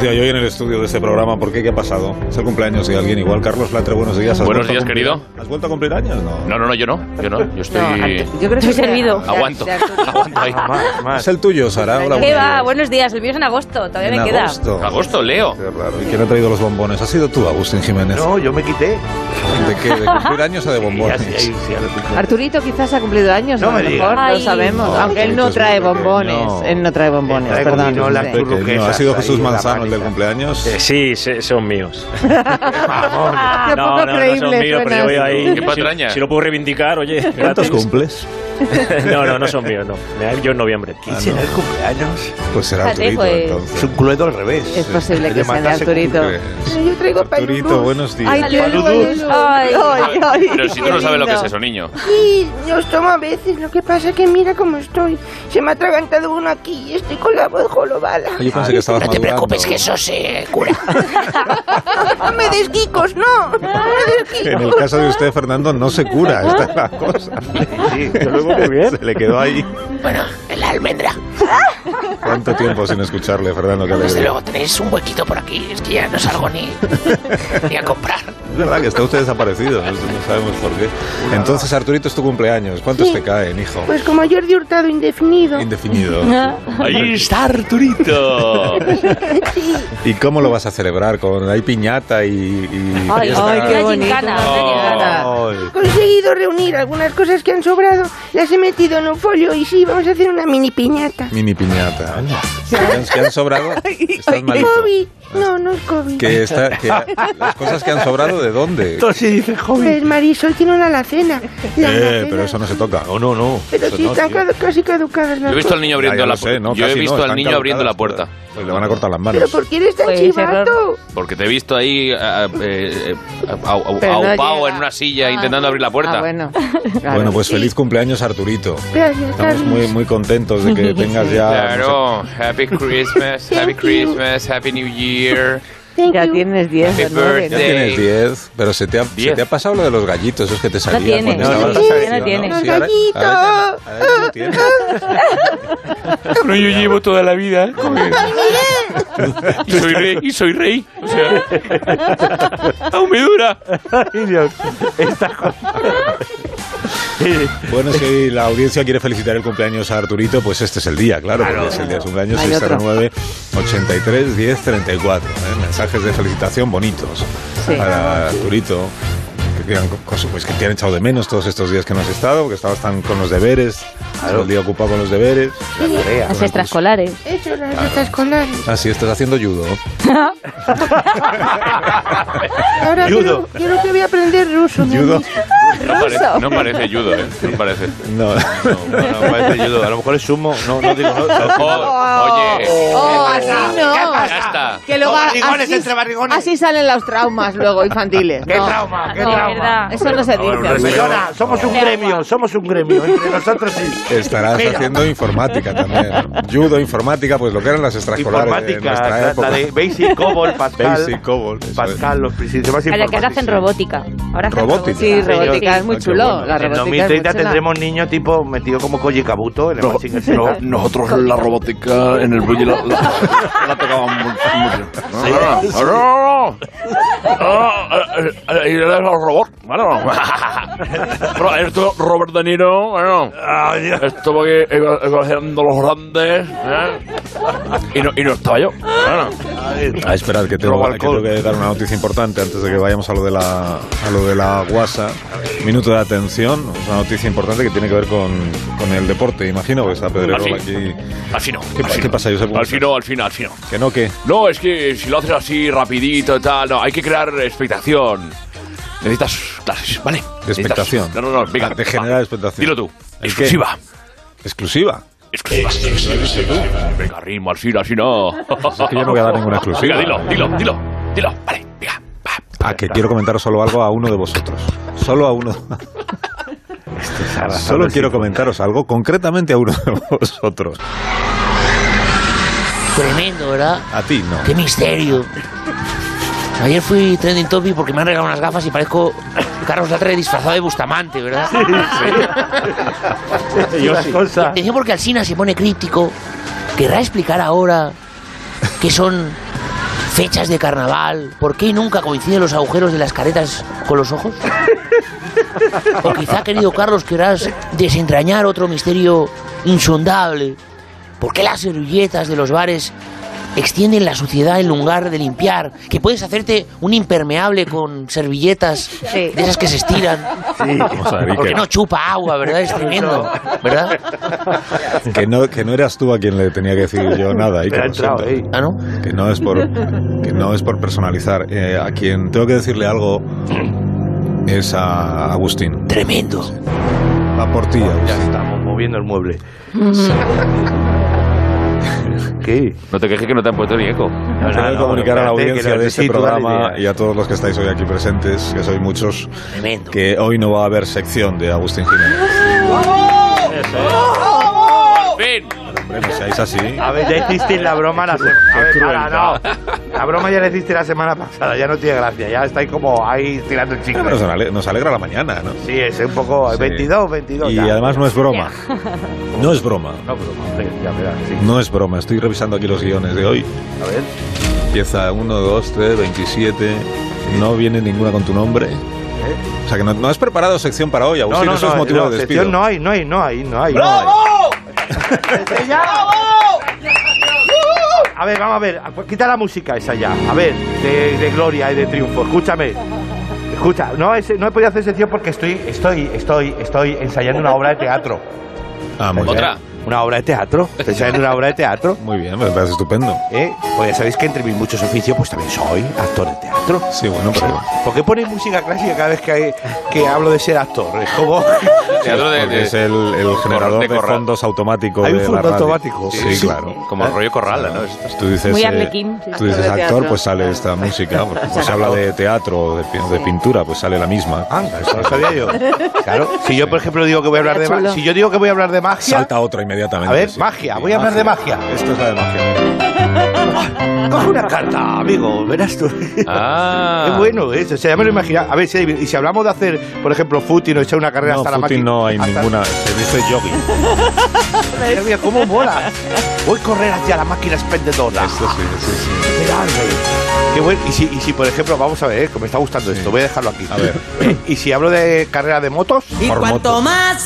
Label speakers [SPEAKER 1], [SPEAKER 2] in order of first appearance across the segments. [SPEAKER 1] de hoy en Pues el estudio de este programa, porque qué ha pasado. Es el cumpleaños de alguien igual. Carlos Latre, buenos días. ¿Has
[SPEAKER 2] Buenos
[SPEAKER 1] vuelto a
[SPEAKER 2] días,
[SPEAKER 1] cumplir-
[SPEAKER 2] querido.
[SPEAKER 1] ¿Has vuelto a cumplir años? No.
[SPEAKER 2] No, no, no, yo no. Yo no. Yo estoy.
[SPEAKER 3] No, antes- yo creo que
[SPEAKER 4] Estoy servido.
[SPEAKER 3] de-
[SPEAKER 2] Aguanto.
[SPEAKER 3] de Arturito.
[SPEAKER 2] Aguanto ahí.
[SPEAKER 1] Es el tuyo, Sara. Hola,
[SPEAKER 4] ¿Qué
[SPEAKER 1] buenos
[SPEAKER 4] va?
[SPEAKER 1] días.
[SPEAKER 4] Buenos días. El mío es en agosto. Todavía
[SPEAKER 1] En
[SPEAKER 4] me queda.
[SPEAKER 1] agosto.
[SPEAKER 2] Agosto, Leo.
[SPEAKER 1] Qué raro. ¿Y quién ha traído los bombones? ¿Ha sido tú, Agustín Jiménez?
[SPEAKER 5] No, yo me quité.
[SPEAKER 1] ¿De qué? ¿De cumplir años o de bombones?
[SPEAKER 5] Y así, ahí, sí, a lo que-
[SPEAKER 3] Arturito quizás ha cumplido años,
[SPEAKER 5] No
[SPEAKER 3] a
[SPEAKER 5] me
[SPEAKER 3] lo
[SPEAKER 5] digas.
[SPEAKER 3] mejor,
[SPEAKER 4] Ay.
[SPEAKER 3] lo sabemos.
[SPEAKER 1] No,
[SPEAKER 3] Aunque él no
[SPEAKER 1] Arturito es muy
[SPEAKER 3] trae
[SPEAKER 1] pequeño.
[SPEAKER 3] bombones, él no trae bombones,
[SPEAKER 5] Trae
[SPEAKER 3] perdón.
[SPEAKER 5] gominola,
[SPEAKER 3] Sí.
[SPEAKER 5] turro.
[SPEAKER 1] Pequeño. Eh, ¿Ha sido
[SPEAKER 5] Ahí,
[SPEAKER 1] Jesús
[SPEAKER 5] la
[SPEAKER 1] Manzano el del
[SPEAKER 5] panita.
[SPEAKER 1] cumpleaños?
[SPEAKER 6] Eh, Sí, se- son míos.
[SPEAKER 3] Qué
[SPEAKER 6] Ah, no,
[SPEAKER 3] poco
[SPEAKER 6] no,
[SPEAKER 3] creíble
[SPEAKER 6] no son míos, pero
[SPEAKER 3] suenas.
[SPEAKER 6] yo voy ahí.
[SPEAKER 2] Qué patraña.
[SPEAKER 6] Si, si lo puedo reivindicar, oye.
[SPEAKER 1] ¿Cuántos
[SPEAKER 6] gratis.
[SPEAKER 1] cumples?
[SPEAKER 6] No, no, no son míos, no. Me da- Yo en noviembre.
[SPEAKER 5] ¿Quién será el cumpleaños?
[SPEAKER 1] Pues será
[SPEAKER 4] Fíjate,
[SPEAKER 1] Arturito,
[SPEAKER 4] pues.
[SPEAKER 5] Es
[SPEAKER 1] entonces.
[SPEAKER 5] un cluedo al revés.
[SPEAKER 3] Es posible
[SPEAKER 5] De
[SPEAKER 3] que sea de
[SPEAKER 5] matarse
[SPEAKER 3] Arturito.
[SPEAKER 5] cumple.
[SPEAKER 1] Pues,
[SPEAKER 3] Ay, yo traigo
[SPEAKER 1] Arturito,
[SPEAKER 3] pelús.
[SPEAKER 1] buenos
[SPEAKER 3] Ay,
[SPEAKER 1] días.
[SPEAKER 3] qué
[SPEAKER 5] Pelús.
[SPEAKER 3] bello.
[SPEAKER 4] Ay.
[SPEAKER 3] Ay, ay,
[SPEAKER 2] Pero si tú
[SPEAKER 3] qué
[SPEAKER 2] no sabes lo que es
[SPEAKER 3] lindo.
[SPEAKER 2] eso, niño.
[SPEAKER 7] Sí, los tomo a veces. Lo que pasa es que mira cómo estoy. Se me ha atragantado uno aquí y estoy con la voz jolobada.
[SPEAKER 1] Yo pensé que estabas madurando.
[SPEAKER 7] se cura. no me des guicos, no. No me des guicos.
[SPEAKER 1] En el caso de usted, Fernando, no se cura. Esta es la cosa.
[SPEAKER 5] Sí,
[SPEAKER 6] Yo lo veo muy bien.
[SPEAKER 1] Se le quedó ahí.
[SPEAKER 8] Bueno, en la almendra. Ah.
[SPEAKER 1] ¿Cuánto tiempo sin escucharle, Fernando? Qué
[SPEAKER 8] Desde
[SPEAKER 1] alegría.
[SPEAKER 8] luego tenéis un huequito por aquí. Es que ya no salgo ni, ni a comprar.
[SPEAKER 1] Es verdad que está usted desaparecido. No no sabemos por qué. Entonces, Arturito, es tu cumpleaños. ¿Cuántos
[SPEAKER 7] Sí.
[SPEAKER 1] te caen, hijo?
[SPEAKER 7] Pues como Jordi Hurtado indefinido.
[SPEAKER 1] Indefinido.
[SPEAKER 2] Ahí está Arturito.
[SPEAKER 1] ¿Y cómo lo vas a celebrar? Con hay piñata y. y
[SPEAKER 3] Ay,
[SPEAKER 1] fiesta?
[SPEAKER 3] ay, qué
[SPEAKER 4] Una
[SPEAKER 3] bonito.
[SPEAKER 4] gincana,
[SPEAKER 2] una
[SPEAKER 3] Ay.
[SPEAKER 1] Ay.
[SPEAKER 7] He conseguido reunir algunas cosas que han sobrado. Las he metido en un folio y sí, vamos a hacer una mini piñata.
[SPEAKER 1] Mini piñata. ¿Los que han sobrado? Estás malito.
[SPEAKER 7] COVID. No, no es COVID.
[SPEAKER 1] Ah. Que está, que las cosas que han sobrado, ¿de dónde?
[SPEAKER 5] Entonces dice joven.
[SPEAKER 7] Pues Marisol tiene una alacena. La
[SPEAKER 1] Eh,
[SPEAKER 7] alacena.
[SPEAKER 1] pero eso no se toca. No, no, no.
[SPEAKER 7] Pero
[SPEAKER 1] Eso
[SPEAKER 7] sí
[SPEAKER 1] no,
[SPEAKER 7] están
[SPEAKER 1] tío.
[SPEAKER 7] cadu- casi caducadas
[SPEAKER 2] Yo
[SPEAKER 7] las
[SPEAKER 2] he visto al niño abriendo
[SPEAKER 1] Ya, ya
[SPEAKER 2] la
[SPEAKER 1] lo sé, no,
[SPEAKER 2] Yo he
[SPEAKER 1] casi no,
[SPEAKER 2] visto al
[SPEAKER 1] están
[SPEAKER 2] niño abriendo la
[SPEAKER 1] caducadas,
[SPEAKER 2] puerta.
[SPEAKER 1] Pues le van a cortar las
[SPEAKER 7] Pero
[SPEAKER 1] manos.
[SPEAKER 7] ¿por qué eres tan
[SPEAKER 3] Pues, error.
[SPEAKER 7] chivato?
[SPEAKER 2] Porque te he visto ahí ah, eh, eh, au- au-
[SPEAKER 3] Pero no
[SPEAKER 2] aupao
[SPEAKER 3] llega.
[SPEAKER 2] en una silla intentando abrir la
[SPEAKER 3] Ah,
[SPEAKER 2] puerta.
[SPEAKER 3] bueno.
[SPEAKER 1] Bueno,
[SPEAKER 3] Claro.
[SPEAKER 1] pues feliz cumpleaños, Arturito.
[SPEAKER 7] Gracias,
[SPEAKER 1] Estamos
[SPEAKER 7] Carlos.
[SPEAKER 1] muy, muy contentos de que tengas ya.
[SPEAKER 2] Claro, Happy Christmas, Happy
[SPEAKER 7] Thank you.
[SPEAKER 2] Christmas, Happy New Year.
[SPEAKER 7] Thank
[SPEAKER 3] Ya
[SPEAKER 7] you.
[SPEAKER 3] tienes 10 o
[SPEAKER 2] Happy
[SPEAKER 3] 9.
[SPEAKER 1] Ya
[SPEAKER 2] birthday.
[SPEAKER 1] tienes 10, pero se te, ha, se
[SPEAKER 2] Diez.
[SPEAKER 1] te ha pasado lo de los gallitos, es que te salían
[SPEAKER 4] tiene,
[SPEAKER 1] cuando
[SPEAKER 4] no
[SPEAKER 1] estabas
[SPEAKER 7] tiene,
[SPEAKER 1] desaparecido,
[SPEAKER 4] no tiene.
[SPEAKER 1] Sí, ahora-
[SPEAKER 7] Los
[SPEAKER 1] ahora ya no- ahora ya no tiene.
[SPEAKER 2] Pero yo llevo toda la vida. Y soy rey. Y soy rey. O sea, aún me dura.
[SPEAKER 5] Ay, Dios. Esta jo-
[SPEAKER 1] Bueno, si la audiencia quiere felicitar el cumpleaños a Arturito, pues este es el día, claro, porque es el día de su cumpleaños,
[SPEAKER 3] Hay
[SPEAKER 1] 609 83 10 34. ¿eh? Mensajes de felicitación bonitos
[SPEAKER 3] Sí.
[SPEAKER 1] para Arturito. Que te, han, pues, que te han echado de menos todos estos días que no has estado, porque estabas tan con los deberes, todo el día ocupado con los deberes.
[SPEAKER 5] la tarea.
[SPEAKER 4] Las extraescolares.
[SPEAKER 7] He hecho las notas escolares.
[SPEAKER 1] Ah, sí, estás haciendo judo.
[SPEAKER 7] Ahora
[SPEAKER 5] Judo.
[SPEAKER 7] creo, creo que voy a aprender ruso. me han
[SPEAKER 1] Judo.
[SPEAKER 7] dicho.
[SPEAKER 2] No parece, no parece judo, ¿eh? No parece.
[SPEAKER 1] No.
[SPEAKER 5] No, no, parece judo. A lo mejor es sumo. No, no digo.
[SPEAKER 2] O-
[SPEAKER 5] No,
[SPEAKER 2] oye.
[SPEAKER 3] Oh, así no.
[SPEAKER 2] Ya está.
[SPEAKER 3] Que luego
[SPEAKER 5] Barrigones
[SPEAKER 3] así,
[SPEAKER 5] entre barrigones.
[SPEAKER 3] así salen los traumas luego infantiles.
[SPEAKER 5] ¡Qué
[SPEAKER 3] No,
[SPEAKER 5] trauma! ¡Qué
[SPEAKER 4] De
[SPEAKER 5] trauma!
[SPEAKER 4] verdad.
[SPEAKER 3] Eso no se dice.
[SPEAKER 5] Señora, somos un gremio, somos un gremio. Entre nosotros sí.
[SPEAKER 1] Estarás
[SPEAKER 5] Mira,
[SPEAKER 1] haciendo informática también. Judo, informática, pues lo que eran las extraescolares de
[SPEAKER 5] informática,
[SPEAKER 1] nuestra
[SPEAKER 5] la-
[SPEAKER 1] época.
[SPEAKER 5] la de Basic, Cobol, Pascal.
[SPEAKER 1] Basic, Cobol, eso es.
[SPEAKER 5] Pascal, los principios
[SPEAKER 4] A la que ahora hacen robótica. Ahora hacen
[SPEAKER 1] Robótica.
[SPEAKER 3] Sí, robótica es
[SPEAKER 1] Ah,
[SPEAKER 3] muy
[SPEAKER 1] qué
[SPEAKER 3] chulo.
[SPEAKER 1] bueno.
[SPEAKER 3] La
[SPEAKER 5] En
[SPEAKER 3] robótica es
[SPEAKER 5] 2030
[SPEAKER 3] muy chula.
[SPEAKER 5] tendremos niños tipo metido como Koji Kabuto en el Mazinger Z.
[SPEAKER 9] No, nosotros la robótica en el bully la, la, la tocábamos mu- mucho. ¿no? Ahora no, ahora no, ahora no. Ahora, eh, eh, eres el robot, bueno. Pero esto, Robert De Niro, bueno. Esto porque iba iba haciendo los grandes, ¿eh? Y no, y no estaba yo. Bueno.
[SPEAKER 1] Ah, esperad, que tengo,
[SPEAKER 5] Robo
[SPEAKER 1] que tengo
[SPEAKER 5] alcohol.
[SPEAKER 1] que dar una noticia importante antes de que vayamos a lo de la, a lo de la guasa. Minuto de atención, es una noticia importante que tiene que ver con, con el deporte, imagino, que está Pedrero
[SPEAKER 9] Ah, sí.
[SPEAKER 1] aquí.
[SPEAKER 9] Al final.
[SPEAKER 1] ¿Qué, pa- qué pasa, Josep?
[SPEAKER 9] Al final, al final, al final.
[SPEAKER 1] Que no, que
[SPEAKER 9] No, es que si lo haces así rapidito y tal, no, hay que crear expectación. Necesitas clases, ¿vale? Necesitas-
[SPEAKER 1] Expectación.
[SPEAKER 9] No, no, no, venga.
[SPEAKER 1] De
[SPEAKER 9] va.
[SPEAKER 1] generar expectación.
[SPEAKER 9] Dilo tú.
[SPEAKER 1] ¿El qué?
[SPEAKER 9] Exclusiva.
[SPEAKER 1] exclusiva.
[SPEAKER 9] Exclusiva. Venga, ritmo, al final, así no.
[SPEAKER 1] que yo no voy a dar ninguna exclusiva.
[SPEAKER 9] Venga, dilo, dilo, dilo, dilo. Vale, venga, va.
[SPEAKER 1] Ah, que quiero comentar solo algo a uno de vosotros. Solo a uno. Solo quiero comentaros algo concretamente a uno de vosotros.
[SPEAKER 8] Tremendo, ¿verdad?
[SPEAKER 1] A ti no.
[SPEAKER 8] Qué misterio. Ayer fui trending topic porque me han regalado unas gafas y parezco Carlos Latre disfrazado de Bustamante, ¿verdad?
[SPEAKER 5] Y otras cosas.
[SPEAKER 8] Atención porque Alsina se pone crítico. Querrá explicar ahora qué son
[SPEAKER 3] fechas de carnaval, ¿por qué nunca coinciden los agujeros de las caretas con los ojos? O quizá, querido Carlos, querrás desentrañar otro misterio insondable. ¿Por qué las servilletas de los bares extienden la suciedad en lugar de limpiar? Que puedes hacerte un impermeable con servilletas
[SPEAKER 4] Sí.
[SPEAKER 3] de esas que se estiran.
[SPEAKER 1] Vamos a ver,
[SPEAKER 3] Porque
[SPEAKER 1] Iker.
[SPEAKER 3] no chupa agua, ¿verdad? Es tremendo, ¿verdad?
[SPEAKER 1] Que no, que no eras tú a quien le tenía que decir yo nada. Iker,
[SPEAKER 5] Pero ha
[SPEAKER 1] lo
[SPEAKER 5] entrado ¿eh?
[SPEAKER 1] siento.
[SPEAKER 3] Ah,
[SPEAKER 5] ahí.
[SPEAKER 3] ¿no?
[SPEAKER 1] Que no es por, que no es por personalizar. Eh, a quien tengo que decirle algo es a Agustín.
[SPEAKER 3] Tremendo.
[SPEAKER 1] Va por ti, Agustín.
[SPEAKER 5] Ya estamos moviendo el mueble. ¿Qué?
[SPEAKER 10] No te quejes que no te han puesto ni eco.
[SPEAKER 1] Quiero
[SPEAKER 5] no,
[SPEAKER 1] comunicar a la
[SPEAKER 5] espérate,
[SPEAKER 1] audiencia
[SPEAKER 5] que lo
[SPEAKER 1] de este
[SPEAKER 5] necesito, dale
[SPEAKER 1] programa
[SPEAKER 5] idea.
[SPEAKER 1] y a todos los que estáis hoy aquí presentes, que sois muchos,
[SPEAKER 3] Tremendo.
[SPEAKER 1] que hoy no va a haber sección de Agustín Jiménez.
[SPEAKER 11] Ven.
[SPEAKER 1] Hombre, no seáis así.
[SPEAKER 5] A ver, ya hicisteis la broma la semana. A ver, para, no. La broma ya la hiciste la semana pasada, ya no tiene gracia, ya estáis como ahí tirando el
[SPEAKER 1] Pero
[SPEAKER 5] chicle.
[SPEAKER 1] Nos ale- nos alegra la mañana, ¿no?
[SPEAKER 5] Sí, es un poco.
[SPEAKER 1] Sí.
[SPEAKER 5] 22, 22.
[SPEAKER 1] Y
[SPEAKER 5] ya.
[SPEAKER 1] además no es broma. No es broma.
[SPEAKER 5] No, broma, hombre, ya verás. Sí.
[SPEAKER 1] No es broma. Estoy revisando aquí los guiones de hoy.
[SPEAKER 5] A ver.
[SPEAKER 1] Empieza 1, 2, 3, 27. No viene ninguna con tu nombre. O sea que no, no has preparado sección para hoy, Agustín. eso es motivo
[SPEAKER 5] ¿Eh? no,
[SPEAKER 1] de
[SPEAKER 5] sección
[SPEAKER 1] despido.
[SPEAKER 5] No hay, no hay, no hay, no hay. Desde ya. A ver, vamos a ver, pues quita la música esa ya. A ver, de, de gloria y de triunfo. Escúchame. Escucha, no, es- no he podido hacer sección porque estoy, estoy, estoy, estoy ensayando una obra de teatro.
[SPEAKER 1] Ah, muy bien.
[SPEAKER 5] ¿Eh? Una obra de teatro. Estoy ensayando una obra de teatro.
[SPEAKER 1] Muy bien, me parece estupendo.
[SPEAKER 5] ¿eh? Pues ya sabéis que entre mis muchos oficios, pues también soy actor de teatro.
[SPEAKER 1] Ah, pues Sí, bueno, pero.
[SPEAKER 5] ¿Por qué ponéis música clásica cada vez que, que hablo de ser actor? Es como.
[SPEAKER 10] Teatro de-
[SPEAKER 1] Porque
[SPEAKER 10] de-
[SPEAKER 1] es el, el generador de,
[SPEAKER 10] de corral.
[SPEAKER 1] fondos automático.
[SPEAKER 5] Hay un
[SPEAKER 1] de la
[SPEAKER 5] fondo
[SPEAKER 1] radio.
[SPEAKER 5] automático.
[SPEAKER 1] Sí,
[SPEAKER 5] Sí.
[SPEAKER 1] claro.
[SPEAKER 10] Como rollo corrala, ¿no? Esto-
[SPEAKER 1] Tú dices,
[SPEAKER 4] Muy
[SPEAKER 1] eh,
[SPEAKER 4] arlequín, sí.
[SPEAKER 1] tú dices
[SPEAKER 12] Actor de
[SPEAKER 1] actor,
[SPEAKER 12] teatro.
[SPEAKER 1] pues sale esta música. Pues, pues se habla de teatro o de, pi- de pintura, pues sale la misma.
[SPEAKER 5] Anda, Ah, eso lo sabía yo. Claro, si yo, por ejemplo, digo que voy a hablar de magia. Si yo digo que voy a hablar de magia.
[SPEAKER 1] Salta otra inmediatamente.
[SPEAKER 5] A ver,
[SPEAKER 1] sí.
[SPEAKER 5] magia, voy a hablar de magia.
[SPEAKER 1] Esto es la de magia.
[SPEAKER 5] Coge una carta, amigo, verás tú.
[SPEAKER 10] Ah.
[SPEAKER 5] Es bueno, ¿eh? O sea, ya me lo imaginaba. A ver, si, y si hablamos de hacer, por ejemplo, footing o echar una carrera
[SPEAKER 1] No,
[SPEAKER 5] hasta la
[SPEAKER 1] footing
[SPEAKER 5] máquina.
[SPEAKER 1] no hay
[SPEAKER 5] hasta-
[SPEAKER 1] ninguna. Se dice jogging.
[SPEAKER 5] Madre mía, ¿Cómo mola? Voy a correr hacia la máquina expendedora.
[SPEAKER 1] Esto sí, sí, sí.
[SPEAKER 5] Esperadme. Qué bueno. Y si, y si, por ejemplo, vamos a ver, ¿eh? que me está gustando esto, voy a dejarlo aquí.
[SPEAKER 1] A ver.
[SPEAKER 5] Eh, Y si hablo de carrera de motos,
[SPEAKER 13] Y
[SPEAKER 1] Por
[SPEAKER 13] cuanto
[SPEAKER 1] moto.
[SPEAKER 13] más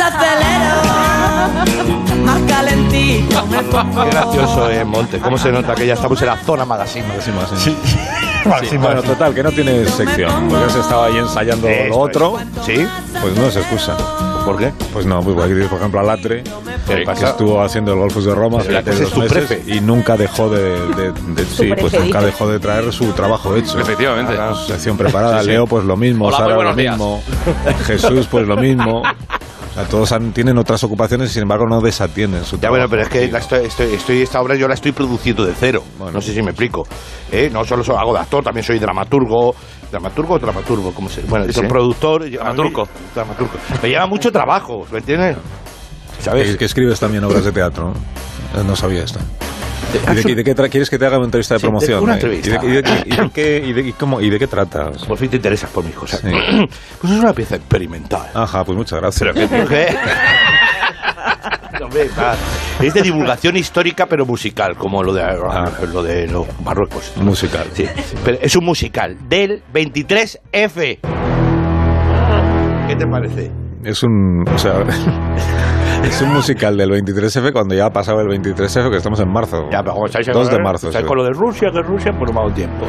[SPEAKER 13] acelero, más calentito me pongo.
[SPEAKER 5] qué gracioso es Monte. ¿Cómo se nota que ya estamos en la zona magazine?
[SPEAKER 1] Sí, más, sí.
[SPEAKER 5] Magazine,
[SPEAKER 1] Bueno,
[SPEAKER 5] magazine.
[SPEAKER 1] total, que no tiene sección. Porque has estado ahí ensayando lo
[SPEAKER 5] Esto
[SPEAKER 1] otro.
[SPEAKER 5] es. ¿Sí?
[SPEAKER 1] Pues no es excusa.
[SPEAKER 5] ¿Por qué?
[SPEAKER 1] Pues no, pues aquí tienes, por ejemplo, a Latre, que
[SPEAKER 5] pasa?
[SPEAKER 1] estuvo haciendo el Golfos de Roma
[SPEAKER 5] Latre
[SPEAKER 1] durante
[SPEAKER 5] es
[SPEAKER 1] dos
[SPEAKER 5] tu
[SPEAKER 1] meses
[SPEAKER 5] prefe.
[SPEAKER 1] y nunca dejó de, de- de- sí, pues
[SPEAKER 4] preferido.
[SPEAKER 1] nunca dejó de traer su trabajo hecho.
[SPEAKER 10] Efectivamente.
[SPEAKER 1] Ahora, su sección preparada, Leo pues lo mismo,
[SPEAKER 10] Hola, muy
[SPEAKER 1] Sara lo
[SPEAKER 10] buenos días.
[SPEAKER 1] mismo, Jesús pues lo mismo. O sea, todos han- tienen otras ocupaciones y sin embargo no desatienden su
[SPEAKER 5] Ya
[SPEAKER 1] trabajo.
[SPEAKER 5] bueno, pero es que la estoy, estoy- estoy- esta obra yo la estoy produciendo de cero. No sé si me explico. ¿eh? No solo soy, hago de actor, también soy dramaturgo. ¿Dramaturgo o dramaturgo? ¿Cómo se Bueno, soy productor. y- a mí-
[SPEAKER 10] Dramaturgo.
[SPEAKER 5] dramaturgo. Me lleva mucho trabajo, ¿me entiendes?
[SPEAKER 1] Es
[SPEAKER 5] ¿Sabes? Eh,
[SPEAKER 1] que escribes también obras de teatro. Eh, ¿no? No sabía esto. ¿Y de, qué- de qué tra- quieres que te haga una entrevista de
[SPEAKER 5] Sí, de-
[SPEAKER 1] promoción?
[SPEAKER 5] una
[SPEAKER 1] eh? ¿Y de-
[SPEAKER 5] entrevista.
[SPEAKER 1] y de- y de qué- y de- y cómo- ¿Y de qué tratas?
[SPEAKER 5] Por fin te interesas por mis cosas.
[SPEAKER 1] Sí.
[SPEAKER 5] Pues es una pieza experimental.
[SPEAKER 1] Ajá, pues muchas gracias.
[SPEAKER 5] ¿Qué? No, hombre, va. Es de divulgación histórica pero musical, como lo de, ah, lo de los Marruecos.
[SPEAKER 1] Musical.
[SPEAKER 5] Sí, pero es un musical del 23F. ¿Qué te parece?
[SPEAKER 1] Es un. O sea. es un musical del 23F cuando ya ha pasado el 23F, que estamos en marzo.
[SPEAKER 5] Ya, pero como estáis
[SPEAKER 1] 2 de
[SPEAKER 5] con-
[SPEAKER 1] marzo.
[SPEAKER 5] estáis
[SPEAKER 1] sí.
[SPEAKER 5] ¿eh? con lo de Rusia, que Rusia por mal tiempo.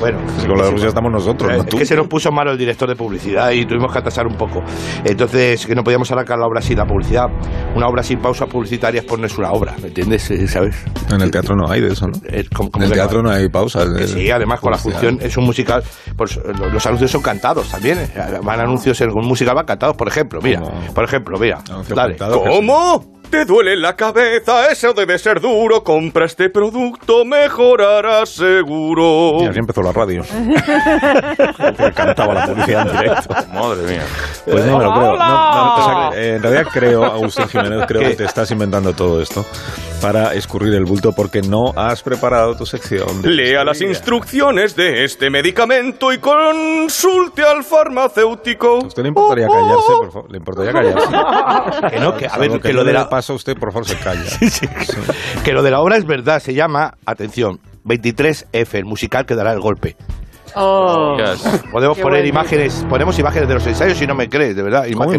[SPEAKER 5] bueno,
[SPEAKER 1] Sí, con lo de Rusia estamos nosotros,
[SPEAKER 5] Eh,
[SPEAKER 1] no
[SPEAKER 5] es
[SPEAKER 1] tú.
[SPEAKER 5] que se nos puso malo el director de publicidad y tuvimos que atasar un poco. Entonces, que no podíamos arrancar la obra sin la publicidad. Una obra sin pausas publicitarias pues no es una obra, ¿me entiendes? Eh, ¿Sabes?
[SPEAKER 1] En el teatro no hay de eso, ¿no?
[SPEAKER 5] Eh, ¿cómo-
[SPEAKER 1] En
[SPEAKER 5] cómo
[SPEAKER 1] el
[SPEAKER 5] se llama?
[SPEAKER 1] teatro no hay pausas.
[SPEAKER 5] Que
[SPEAKER 1] eh,
[SPEAKER 5] Sí, además con la función eh, es un musical, pues eh, lo- los anuncios son cantados también. eh, Van anuncios en un musical van cantados, por ejemplo, mira,
[SPEAKER 1] ¿Cómo?
[SPEAKER 5] por ejemplo, mira.
[SPEAKER 1] Anuncio
[SPEAKER 5] dale.
[SPEAKER 1] cantado,
[SPEAKER 14] ¿Te duele la cabeza? Eso debe ser duro. Compra este producto, mejorará seguro.
[SPEAKER 1] Y así empezó la radio. Porque cantaba la publicidad en directo.
[SPEAKER 10] Madre mía.
[SPEAKER 1] Pues no me lo creo. No, no, o sea, eh, en realidad creo, Agustín Jiménez, creo
[SPEAKER 5] ¿Qué?
[SPEAKER 1] que te estás inventando todo esto para escurrir el bulto porque no has preparado tu sección.
[SPEAKER 14] Lea las instrucciones de este medicamento y consulte al farmacéutico.
[SPEAKER 1] ¿A usted le importaría callarse, por favor? ¿Le importaría callarse?
[SPEAKER 5] Que no, que- a
[SPEAKER 1] Salvo
[SPEAKER 5] ver, que lo
[SPEAKER 1] no
[SPEAKER 5] de
[SPEAKER 1] le
[SPEAKER 5] la-
[SPEAKER 1] pasa a usted, por favor, se calla.
[SPEAKER 5] Sí, sí. Que lo de la obra es verdad, se llama, atención, 23F, el musical que dará el golpe.
[SPEAKER 15] Oh.
[SPEAKER 5] Podemos
[SPEAKER 15] Qué
[SPEAKER 5] poner
[SPEAKER 15] bueno.
[SPEAKER 5] imágenes, ponemos imágenes de los ensayos si no me crees, de verdad.
[SPEAKER 1] ¿Cómo
[SPEAKER 5] Imágenes.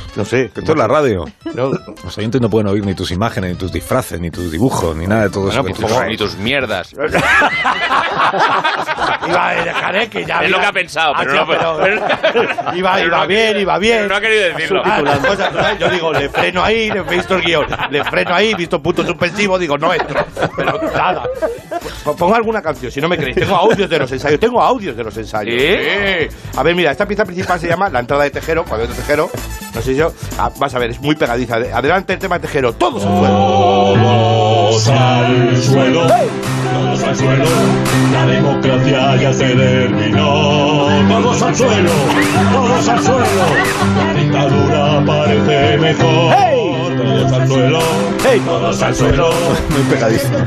[SPEAKER 1] imágenes?
[SPEAKER 5] No sé.
[SPEAKER 1] Que esto es la radio.
[SPEAKER 5] No.
[SPEAKER 1] Los oyentes no pueden oír ni tus imágenes, ni tus disfraces, ni tus dibujos, ni nada de todo
[SPEAKER 2] Bueno,
[SPEAKER 1] eso. que
[SPEAKER 2] pues
[SPEAKER 1] tú
[SPEAKER 2] tus-
[SPEAKER 1] traes.
[SPEAKER 2] ni tus mierdas.
[SPEAKER 5] Iba a dejar ¿eh? que ya.
[SPEAKER 2] Es lo que ha pensado, pero
[SPEAKER 5] Ah,
[SPEAKER 2] no-
[SPEAKER 5] pero- Iba,
[SPEAKER 2] pero
[SPEAKER 5] iba
[SPEAKER 2] no ha
[SPEAKER 5] bien,
[SPEAKER 2] querido-
[SPEAKER 5] iba bien.
[SPEAKER 2] pero no ha querido decirlo.
[SPEAKER 5] Ah, las cosas, ¿no? yo digo, le freno ahí, le he visto el guión, le freno ahí, he visto punto suspensivo, digo, no entro. Pero nada. P- Pongo alguna canción, si no me creéis. Tengo audios de los ensayos, tengo audios de los ensayos. Sí. A ver, mira, esta pieza principal se llama La entrada de Tejero, cuando entra Tejero, no sé yo. ah, vas a ver, es muy pegadiza. Ad- Adelante el tema de Tejero, todos al
[SPEAKER 11] al suelo, todos al suelo, la democracia ya se terminó. Todos Oh, al suelo, todos al suelo, la dictadura parece mejor. Todos al suelo, todos al suelo.
[SPEAKER 1] Muy pegadísimo.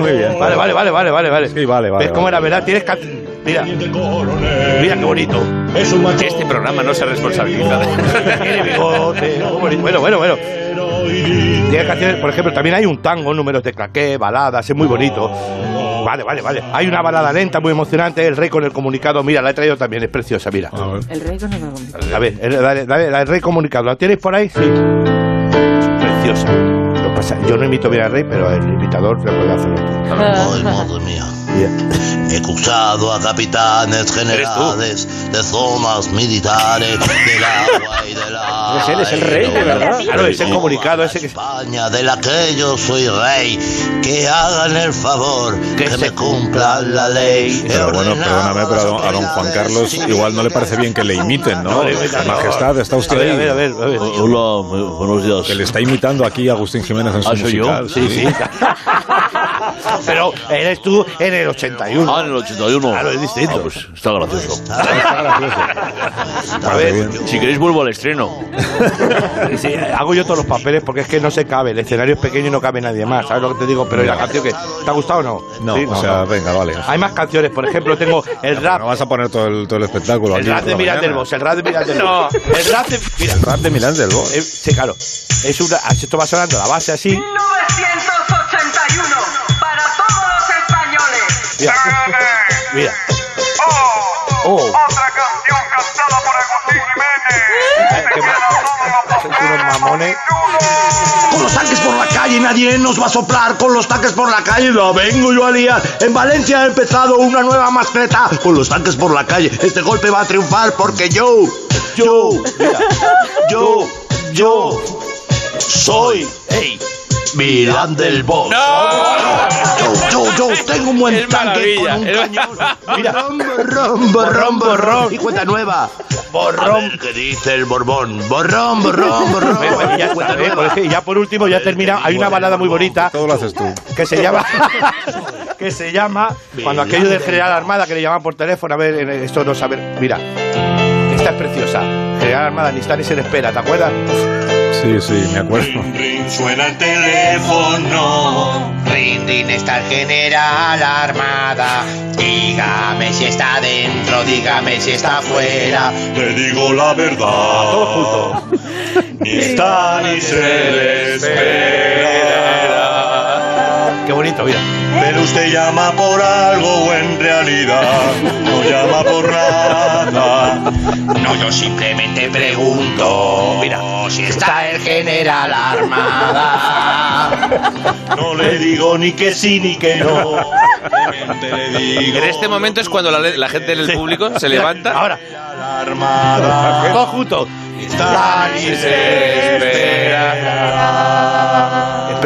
[SPEAKER 5] muy, bien. Vale, vale, vale, vale, vale, vale. Sí, vale, vale. ¿Ves cómo era, verdad? Tienes que. Mira. Mira qué bonito. Es un
[SPEAKER 2] Este programa no se responsabiliza.
[SPEAKER 5] Tiene bigote. oh, bonito. Bueno, bueno, bueno. Tiene canciones, por ejemplo, también hay un tango, números de claqué, baladas, es muy bonito. Vale, vale, vale. Hay una balada lenta, muy emocionante, el rey con el comunicado. Mira, la he traído también, es preciosa, mira.
[SPEAKER 15] El rey con el
[SPEAKER 5] A ver, el, dale, dale, la del rey comunicado. ¿La tienes por ahí? Sí. Preciosa. Lo pasa, yo no imito bien al rey, pero el imitador le puede hacer
[SPEAKER 9] Ay, madre mía. He escuchado a capitanes generales de zonas militares del agua y del aire.
[SPEAKER 6] pues
[SPEAKER 5] él, es el rey, de verdad. Claro, es el comunicado ese que...
[SPEAKER 9] España, de la que yo soy rey, que hagan el favor, que se cumpla la ley.
[SPEAKER 1] Pero bueno, perdóname, pero a don, a don Juan Carlos igual no le parece bien que le imiten, ¿no? Majestad, está usted ahí.
[SPEAKER 9] Hola, buenos días.
[SPEAKER 1] Que le está imitando aquí a Agustín Jiménez en su
[SPEAKER 9] Ah, ¿soy yo?
[SPEAKER 1] musical.
[SPEAKER 9] Sí, sí.
[SPEAKER 5] Pero eres tú en el 81.
[SPEAKER 9] Ah, en el 81.
[SPEAKER 5] Claro, es distinto.
[SPEAKER 9] Ah, pues está gracioso.
[SPEAKER 5] A ver,
[SPEAKER 9] si queréis vuelvo al estreno.
[SPEAKER 5] Sí, hago yo todos los papeles porque es que no se cabe. El escenario es pequeño y no cabe nadie más. ¿Sabes lo que te digo? Pero ¿y la canción que. ¿Te ha gustado o no?
[SPEAKER 1] No,
[SPEAKER 5] Sí,
[SPEAKER 1] o sea, venga, vale.
[SPEAKER 5] Hay más canciones, por ejemplo, tengo el rap.
[SPEAKER 1] No vas a poner todo el, todo el espectáculo
[SPEAKER 5] El
[SPEAKER 1] aquí
[SPEAKER 5] rap
[SPEAKER 1] por
[SPEAKER 5] de
[SPEAKER 1] la
[SPEAKER 5] Milán
[SPEAKER 1] mañana.
[SPEAKER 5] del Bosch, el rap de Milán del
[SPEAKER 1] No.
[SPEAKER 5] Bosch. El rap de. Mira.
[SPEAKER 1] El rap de Milán del Bosch.
[SPEAKER 5] Eh, sí, claro. Es una, esto va sonando la base así.
[SPEAKER 16] 1981 para todos los españoles.
[SPEAKER 5] Mira. Mira. Oh.
[SPEAKER 11] Con los tanques por la calle nadie nos va a soplar. Con los tanques por la calle lo vengo yo a liar. En Valencia ha empezado una nueva mascleta. Con los tanques por la calle este golpe va a triunfar porque yo, yo, mira, yo, yo soy. ey, Milán del Bosch. Yo, yo, yo tengo un buen tanque con un cañón. Mira, borrón, borrón, borrón. Y cuenta nueva. Borrón.
[SPEAKER 9] ¿Qué dice el Borbón? Borrón, borrón, borrón.
[SPEAKER 5] Y ya, está, eh, por eso, y ya por último, ya termina. Hay una balada muy bonita. Todo
[SPEAKER 1] lo haces tú.
[SPEAKER 5] Que se llama. que se llama. Cuando aquello del general Armada que le llaman por teléfono. A ver, en- esto no saber. Mira. Esta es preciosa. General Armada, ni está ni se le espera, ¿te acuerdas?
[SPEAKER 1] Sí, sí, me acuerdo.
[SPEAKER 11] Suena el teléfono.
[SPEAKER 7] Rindin está el general armada. Dígame si está dentro, dígame si está fuera.
[SPEAKER 11] Te digo la verdad. Ni está ni se le espera.
[SPEAKER 5] Qué bonito, mira.
[SPEAKER 11] Pero usted llama por algo o en realidad no llama por nada.
[SPEAKER 7] No, yo simplemente pregunto. Mira, si está el general armada.
[SPEAKER 11] No le digo ni que sí ni que no.
[SPEAKER 2] En este momento es cuando la, la gente del público se levanta.
[SPEAKER 5] Ahora.
[SPEAKER 11] Armada.
[SPEAKER 5] Todos juntos.
[SPEAKER 11] Ni está ni se espera.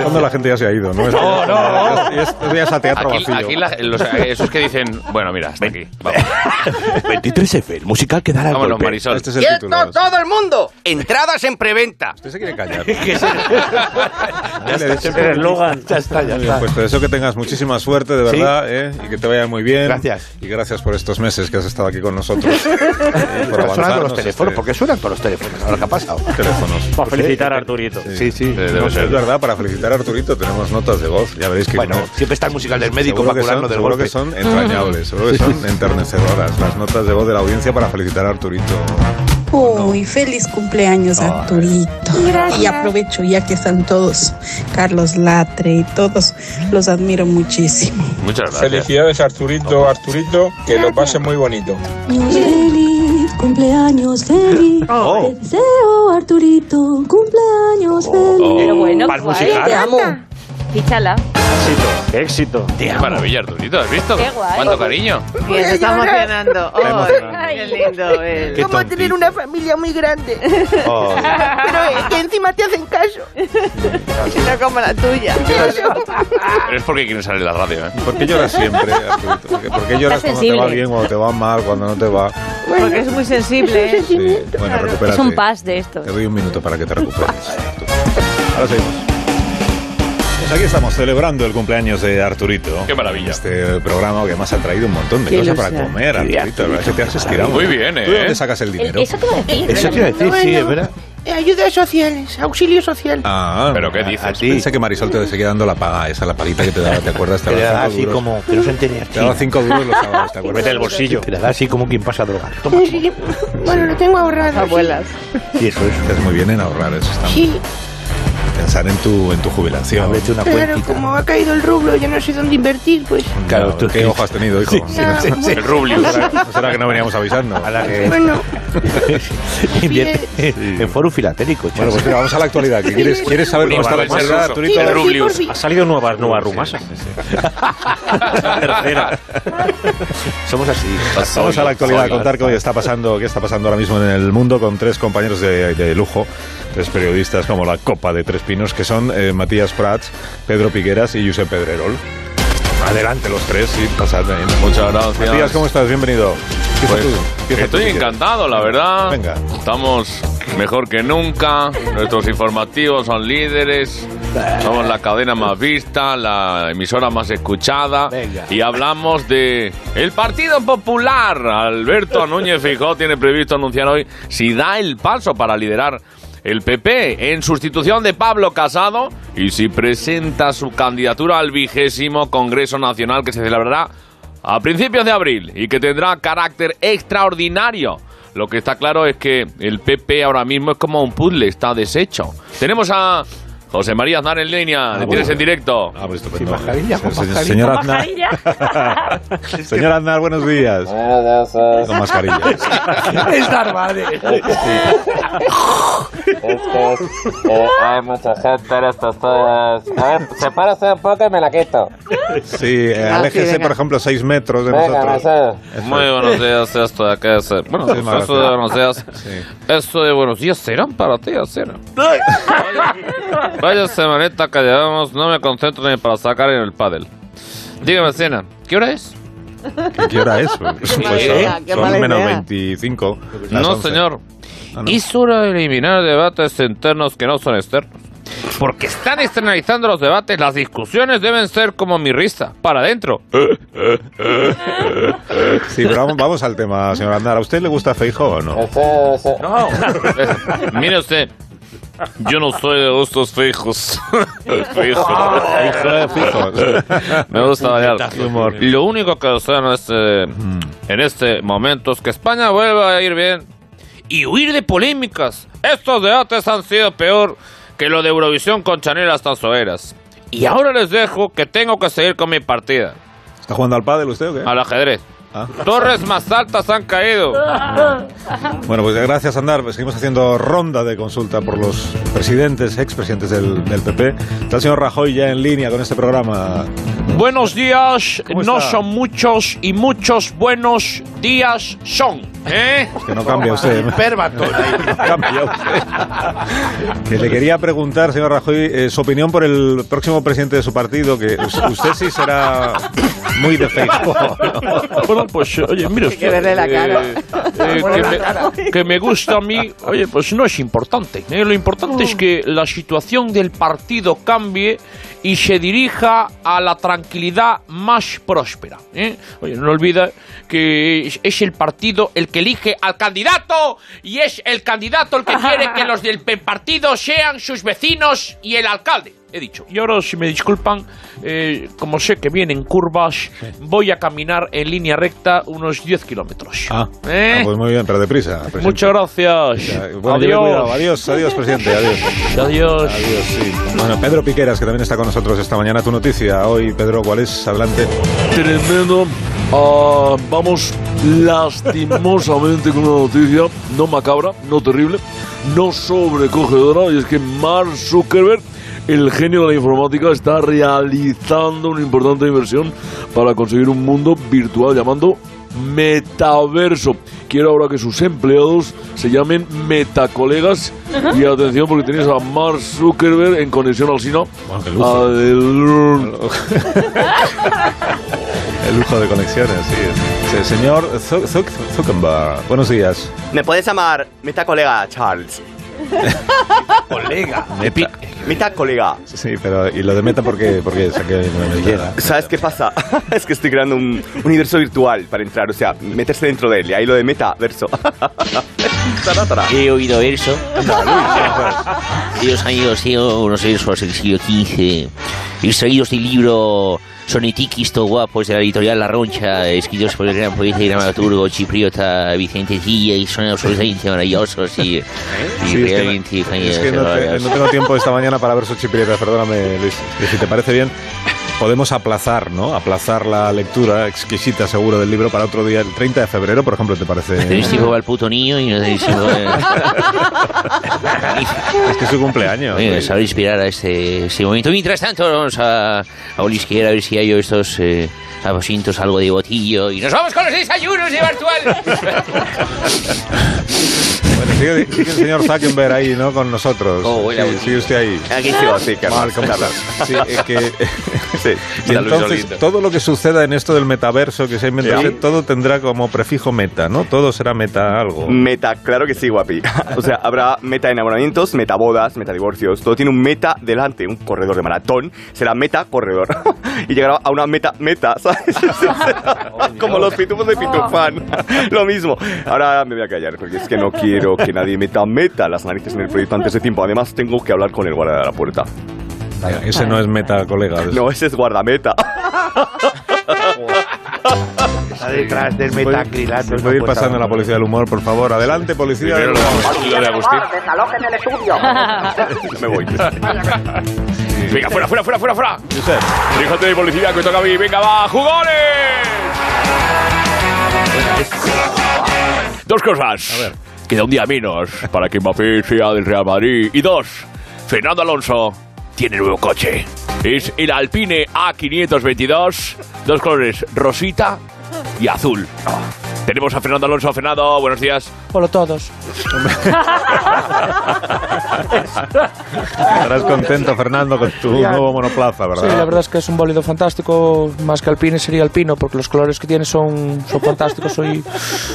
[SPEAKER 1] Cuando la gente ya se ha ido, ¿no? No, no. Esto ya es a teatro
[SPEAKER 2] Aquí,
[SPEAKER 1] vacío.
[SPEAKER 2] aquí la- los- eh, esos que dicen, bueno, mira, hasta aquí. Vamos.
[SPEAKER 5] 23F, el musical que dará el
[SPEAKER 2] Vámonos,
[SPEAKER 5] golpe.
[SPEAKER 2] Marisol.
[SPEAKER 5] Este
[SPEAKER 17] todo el mundo! Entradas en preventa. Usted
[SPEAKER 1] se quiere callar.
[SPEAKER 5] Ya
[SPEAKER 1] Dale,
[SPEAKER 5] está,
[SPEAKER 1] dice-
[SPEAKER 5] el eslogan. Ya está, ya está.
[SPEAKER 1] Pues te deseo que tengas muchísima suerte, de
[SPEAKER 5] Sí.
[SPEAKER 1] verdad, ¿eh? y que te vaya muy bien.
[SPEAKER 5] Gracias.
[SPEAKER 1] Y gracias por estos meses que has estado aquí con nosotros. eh, por
[SPEAKER 5] Están sonando los
[SPEAKER 1] avanzarnos
[SPEAKER 5] teléfonos,
[SPEAKER 1] este-
[SPEAKER 5] porque suenan todos los teléfonos. Ahora que ha pasado.
[SPEAKER 1] Teléfonos. Pues,
[SPEAKER 6] Para felicitar a Arturito.
[SPEAKER 5] Sí, sí.
[SPEAKER 1] Eh, debe
[SPEAKER 5] No,
[SPEAKER 1] ser.
[SPEAKER 5] sí.
[SPEAKER 1] Es verdad, para felicitar a Arturito tenemos notas de voz. Ya veréis que
[SPEAKER 5] Bueno,
[SPEAKER 1] como-
[SPEAKER 5] siempre está el musical del médico
[SPEAKER 1] Seguro
[SPEAKER 5] para
[SPEAKER 1] que son,
[SPEAKER 5] curarnos del
[SPEAKER 1] seguro
[SPEAKER 5] golpe.
[SPEAKER 1] que son entrañables, seguro que son enternecedoras las notas de voz de la audiencia para felicitar a Arturito.
[SPEAKER 18] Uy, feliz cumpleaños, Arturito. Y aprovecho ya que están todos, Carlos Latre y todos, los admiro muchísimo.
[SPEAKER 19] Muchas gracias.
[SPEAKER 20] Felicidades Arturito, Arturito, que lo pase muy bonito.
[SPEAKER 21] Feliz cumpleaños feliz. Te deseo, Arturito, un cumpleaños feliz.
[SPEAKER 4] Pero bueno,
[SPEAKER 6] Pal
[SPEAKER 4] guay,
[SPEAKER 6] musical.
[SPEAKER 4] te amo. Píchala.
[SPEAKER 6] Éxito, éxito.
[SPEAKER 19] Qué maravilla, Arturito, ¿has visto?
[SPEAKER 4] Qué guay.
[SPEAKER 19] Cuánto cariño.
[SPEAKER 7] Voy a
[SPEAKER 8] se está
[SPEAKER 7] llorar.
[SPEAKER 8] emocionando.
[SPEAKER 19] Qué
[SPEAKER 8] Oh,
[SPEAKER 19] emocionante.
[SPEAKER 8] qué lindo él.
[SPEAKER 7] Como tener una familia muy grande.
[SPEAKER 19] Oh.
[SPEAKER 7] Pero eh, que encima te hacen caso.
[SPEAKER 8] No como la tuya.
[SPEAKER 19] Pero es porque quieren salir en la radio, ¿eh?
[SPEAKER 1] ¿Por qué lloras siempre, Arturito? ¿Por qué- por qué lloras
[SPEAKER 8] Está
[SPEAKER 1] cuando te va
[SPEAKER 8] sensible.
[SPEAKER 1] bien, cuando te va mal, cuando no te va?
[SPEAKER 8] Porque es muy sensible. ¿eh?
[SPEAKER 1] Bueno, recupérate.
[SPEAKER 4] Es un pas de esto.
[SPEAKER 1] Te doy un minuto para que te recuperes. Ahora seguimos. Pues aquí estamos celebrando el cumpleaños de Arturito. Qué maravilla. Este programa que además ha traído un montón de
[SPEAKER 19] Qué
[SPEAKER 1] cosas para
[SPEAKER 19] ilusión.
[SPEAKER 1] comer, Arturito. La verdad es que te has estirado.
[SPEAKER 19] Muy bien, ¿eh?
[SPEAKER 1] ¿Tú de dónde sacas el dinero?
[SPEAKER 7] Eso te iba a decir.
[SPEAKER 1] Eso te iba a decir, sí, es verdad.
[SPEAKER 7] Eh, Ayudas sociales, auxilio social.
[SPEAKER 1] Ah, ¿pero qué dices? Pensé que Marisol te seguía dando la paga, esa la paguita que te daba, ¿te acuerdas? Te
[SPEAKER 22] Te la
[SPEAKER 1] daba
[SPEAKER 22] da
[SPEAKER 1] cinco
[SPEAKER 22] así
[SPEAKER 1] duros.
[SPEAKER 22] como, que no se entere
[SPEAKER 1] Te daba cinco duros los sábados, ¿te acuerdas?
[SPEAKER 22] Mete el bolsillo. Te la da así como quien pasa a drogar.
[SPEAKER 7] Sí, Bueno, lo tengo ahorrado. Abuelas.
[SPEAKER 1] Y eso es. Estás muy bien en ahorrar, eso está
[SPEAKER 7] Sí,
[SPEAKER 1] Pensar en tu, en tu jubilación. una
[SPEAKER 7] claro, como ha caído el rublo, yo no sé dónde invertir, pues.
[SPEAKER 1] Claro, ¿tú qué ojo has tenido, hijo?
[SPEAKER 7] sí, sí. El rublio.
[SPEAKER 1] ¿No será, no será que no veníamos avisando? A la
[SPEAKER 5] Eh.
[SPEAKER 1] que...
[SPEAKER 7] Bueno,
[SPEAKER 22] Invierte en foro filatélico.
[SPEAKER 1] Bueno, pues mira, vamos a la actualidad. que ¿Quieres, quieres saber cómo está la actualidad, Arturito?
[SPEAKER 6] Ha salido nueva, nueva rumasa. Tercera.
[SPEAKER 22] Somos así.
[SPEAKER 1] Vamos a la actualidad a contar que hoy está pasando, qué está pasando ahora mismo en el mundo con tres compañeros de, de lujo, tres periodistas como la Copa de Tres Pinos, que son eh, Matías Prats, Pedro Piqueras y Josep Pedrerol. Adelante los tres, sí, pasad. eh.
[SPEAKER 19] Muchas gracias.
[SPEAKER 1] Matías, ¿cómo estás? Bienvenido. Empieza
[SPEAKER 19] Pues,
[SPEAKER 1] tú, empieza tú,
[SPEAKER 19] Estoy
[SPEAKER 1] si quieres.
[SPEAKER 19] encantado, la verdad.
[SPEAKER 1] Venga.
[SPEAKER 19] Estamos mejor que nunca. Nuestros informativos son líderes. Somos la cadena más vista, la emisora más escuchada. Y hablamos de el Partido Popular. Alberto Núñez Fijó tiene previsto anunciar hoy si da el paso para liderar el PP en sustitución de Pablo Casado y si presenta su candidatura al vigésimo Congreso Nacional que se celebrará a principios de abril y que tendrá carácter extraordinario. Lo que está claro es que el PP ahora mismo es como un puzzle, está deshecho. Tenemos a José María Aznar en línea, le tienes en directo.
[SPEAKER 1] Ah, pues estupendo. Se- señor Aznar. Señor Aznar, buenos días. Con mascarilla.
[SPEAKER 13] Es Darvade.
[SPEAKER 23] Este, Es que eh, hay mucha gente en estos días. A ver, sepárese un poco y me la quito.
[SPEAKER 1] Sí, eh,
[SPEAKER 23] Ah, sí,
[SPEAKER 1] aléjese,
[SPEAKER 23] venga.
[SPEAKER 1] por ejemplo, seis metros de
[SPEAKER 23] Venga,
[SPEAKER 1] nosotros.
[SPEAKER 23] Mercedes.
[SPEAKER 1] Eso
[SPEAKER 19] Muy
[SPEAKER 1] es.
[SPEAKER 19] buenos días, esto de acá es- Bueno,
[SPEAKER 1] Sí, Margarita.
[SPEAKER 19] esto de buenos días. Esto de buenos días serán para ti, serán. Vaya semanita que llevamos, no me concentro ni para sacar en el pádel. Dígame, Cena, ¿qué hora es?
[SPEAKER 1] ¿Qué hora es? Pues
[SPEAKER 19] mala
[SPEAKER 1] son-
[SPEAKER 19] idea, qué
[SPEAKER 1] son
[SPEAKER 19] mala
[SPEAKER 1] menos
[SPEAKER 19] idea.
[SPEAKER 1] 25. las
[SPEAKER 19] No,
[SPEAKER 1] 11.
[SPEAKER 19] señor.
[SPEAKER 1] Ah, no.
[SPEAKER 19] Es hora de eliminar debates internos que no son externos. Porque están externalizando los debates, las discusiones deben ser como mi risa, para adentro.
[SPEAKER 1] Sí, pero vamos, vamos al tema, señor Andar. ¿A usted le gusta Feijóo o no?
[SPEAKER 2] Este.
[SPEAKER 19] No. Mire usted, yo no soy de gustos fijos. Fijos. ¿eh? Me gusta variar. Lo único que deseo en este, en este momento es que España vuelva a ir bien y huir de polémicas. Estos debates han sido peor que lo de Eurovisión con Chanel hasta Soeras. Y ahora les dejo que tengo que seguir con mi partida.
[SPEAKER 1] ¿Está jugando al pádel usted o qué?
[SPEAKER 19] Al ajedrez. Torres más altas han caído.
[SPEAKER 1] Bueno, pues gracias, Andar. Seguimos haciendo ronda de consulta por los presidentes, expresidentes del, del PP. Está el señor Rajoy ya en línea con este programa.
[SPEAKER 2] Buenos días, no
[SPEAKER 1] está?
[SPEAKER 2] son muchos y muchos buenos días son. ¿eh?
[SPEAKER 1] Que no cambia usted. Cambia usted. Que le quería preguntar, señor Rajoy, eh, su opinión por el próximo presidente de su partido, que us- usted sí será muy de Feijóo.
[SPEAKER 2] Bueno, pues oye, mire usted.
[SPEAKER 8] que verle la cara.
[SPEAKER 2] eh, eh, que, me, que me gusta a mí, oye, pues no es importante. ¿eh? Lo importante
[SPEAKER 8] Uh.
[SPEAKER 2] es que la situación del partido cambie y se dirija a la tranquilidad más próspera. ¿eh? Oye, no olvida que es, es el partido el que elige al candidato y es el candidato el que quiere que los del pe- partido sean sus vecinos y el alcalde. he dicho. Y ahora, si me disculpan, eh, como sé que vienen curvas, voy a caminar en línea recta unos 10 kilómetros.
[SPEAKER 1] Ah,
[SPEAKER 2] ¿Eh?
[SPEAKER 1] ah, pues muy bien, pero deprisa. presidente.
[SPEAKER 2] Muchas gracias.
[SPEAKER 1] Pues Bueno, lleve
[SPEAKER 2] adiós.
[SPEAKER 1] cuidado. adiós, adiós, presidente. Adiós.
[SPEAKER 2] Adiós.
[SPEAKER 1] Adiós, sí. Bueno, Pedro Piqueras, que también está con nosotros esta mañana. Tu noticia hoy, Pedro, ¿cuál es? Adelante.
[SPEAKER 11] Tremendo. Ah, vamos lastimosamente con una noticia no macabra, no terrible, no sobrecogedora, y es que Mark Zuckerberg, el genio de la informática, está realizando una importante inversión para conseguir un mundo virtual llamando metaverso. Quiero ahora que sus empleados se llamen metacolegas y atención porque tenéis a Mark Zuckerberg en conexión al sino.
[SPEAKER 1] El lujo de conexiones, sí. Sí, señor Zu- Zu- Zuckerberg, buenos días.
[SPEAKER 16] Me puedes llamar Meta Colega Charles.
[SPEAKER 5] Colega.
[SPEAKER 1] Meta.
[SPEAKER 16] Meta Colega.
[SPEAKER 1] Sí, pero ¿y lo de meta por qué? Porque saqué una meta.
[SPEAKER 16] ¿Sabes qué pasa? es que estoy creando un universo virtual para entrar, o sea, meterse dentro de él, y ahí lo de metaverso.
[SPEAKER 3] He oído eso. Dios amigos, sigo unos versos del siglo XV, extraídos del libro Sonetiquis to guapos de la editorial La Roncha, escritos por el gran poeta y dramaturgo chipriota Vicente Tilla, y son absolutamente maravillosos y, y
[SPEAKER 1] Sí, es que
[SPEAKER 3] realmente
[SPEAKER 1] Es que no, te- no tengo tiempo esta mañana para ver sus chiprietas, perdóname, Luis. Y si te parece bien, podemos aplazar, ¿no? Aplazar la lectura exquisita, seguro, del libro para otro día, el 30 de febrero, por ejemplo, ¿te parece?
[SPEAKER 3] Tenéis tiempo para el puto niño y no tenéis tiempo
[SPEAKER 1] Es que es su cumpleaños.
[SPEAKER 3] Venga, sabré inspirar a este, este momento. Mientras tanto, vamos a, a Olisquera a ver si hay estos eh, aposentos, algo de botillo. Y nos vamos con los desayunos de virtual.
[SPEAKER 1] Bueno, sigue, sigue el señor Zuckerberg ahí, ¿no? Con nosotros.
[SPEAKER 3] Oh, buena
[SPEAKER 1] Sí,
[SPEAKER 3] botella.
[SPEAKER 1] sigue usted ahí.
[SPEAKER 16] Aquí sigo, sí, Carlos.
[SPEAKER 1] Mal, ¿cómo
[SPEAKER 16] Carlos.
[SPEAKER 1] estás? Sí, es que... Y
[SPEAKER 16] Está Luis
[SPEAKER 1] entonces,
[SPEAKER 16] Olito.
[SPEAKER 1] todo lo que suceda en esto del metaverso que se inventa,
[SPEAKER 16] Sí.
[SPEAKER 1] todo tendrá como prefijo meta, ¿no? Todo será meta algo.
[SPEAKER 16] Meta, claro que sí, guapi. O sea, habrá meta enamoramientos, meta bodas, meta divorcios. Todo tiene un meta delante, un corredor de maratón. Será meta corredor. Y llegará a una meta meta, ¿sabes? Como los pitufos de Pitufán. Lo mismo. Ahora me voy a callar porque es que no quiero que nadie meta meta las narices en el proyecto antes de tiempo. Además, tengo que hablar con el guarda de la puerta.
[SPEAKER 1] Ese no es meta, colega.
[SPEAKER 16] No, ese es guardameta.
[SPEAKER 5] Está detrás del
[SPEAKER 16] Pues
[SPEAKER 5] metacrilato.
[SPEAKER 1] Puede ir pasando la policía del humor, por favor. Adelante, policía del humor.
[SPEAKER 5] lo de Agustín.
[SPEAKER 10] en el estudio.
[SPEAKER 1] Me voy.
[SPEAKER 19] Venga, fuera, fuera, fuera, fuera, fuera. Fíjate de policía que toca a mí. Venga, va, jugones. Dos cosas. Queda un día menos para que Mbappé sea del Real Madrid. Y dos, Fernando Alonso tiene nuevo coche. Es el Alpine A522. Dos colores, rosita y azul. Tenemos a Fernando Alonso. Fernando, buenos días.
[SPEAKER 22] Por todos.
[SPEAKER 1] Estarás contento, Fernando, con tu
[SPEAKER 22] Ya.
[SPEAKER 1] nuevo monoplaza,
[SPEAKER 22] Sí, la
[SPEAKER 1] ¿verdad?
[SPEAKER 22] verdad es que es un bólido fantástico, más que alpine sería alpino, porque los colores que tiene son, son fantásticos. Soy,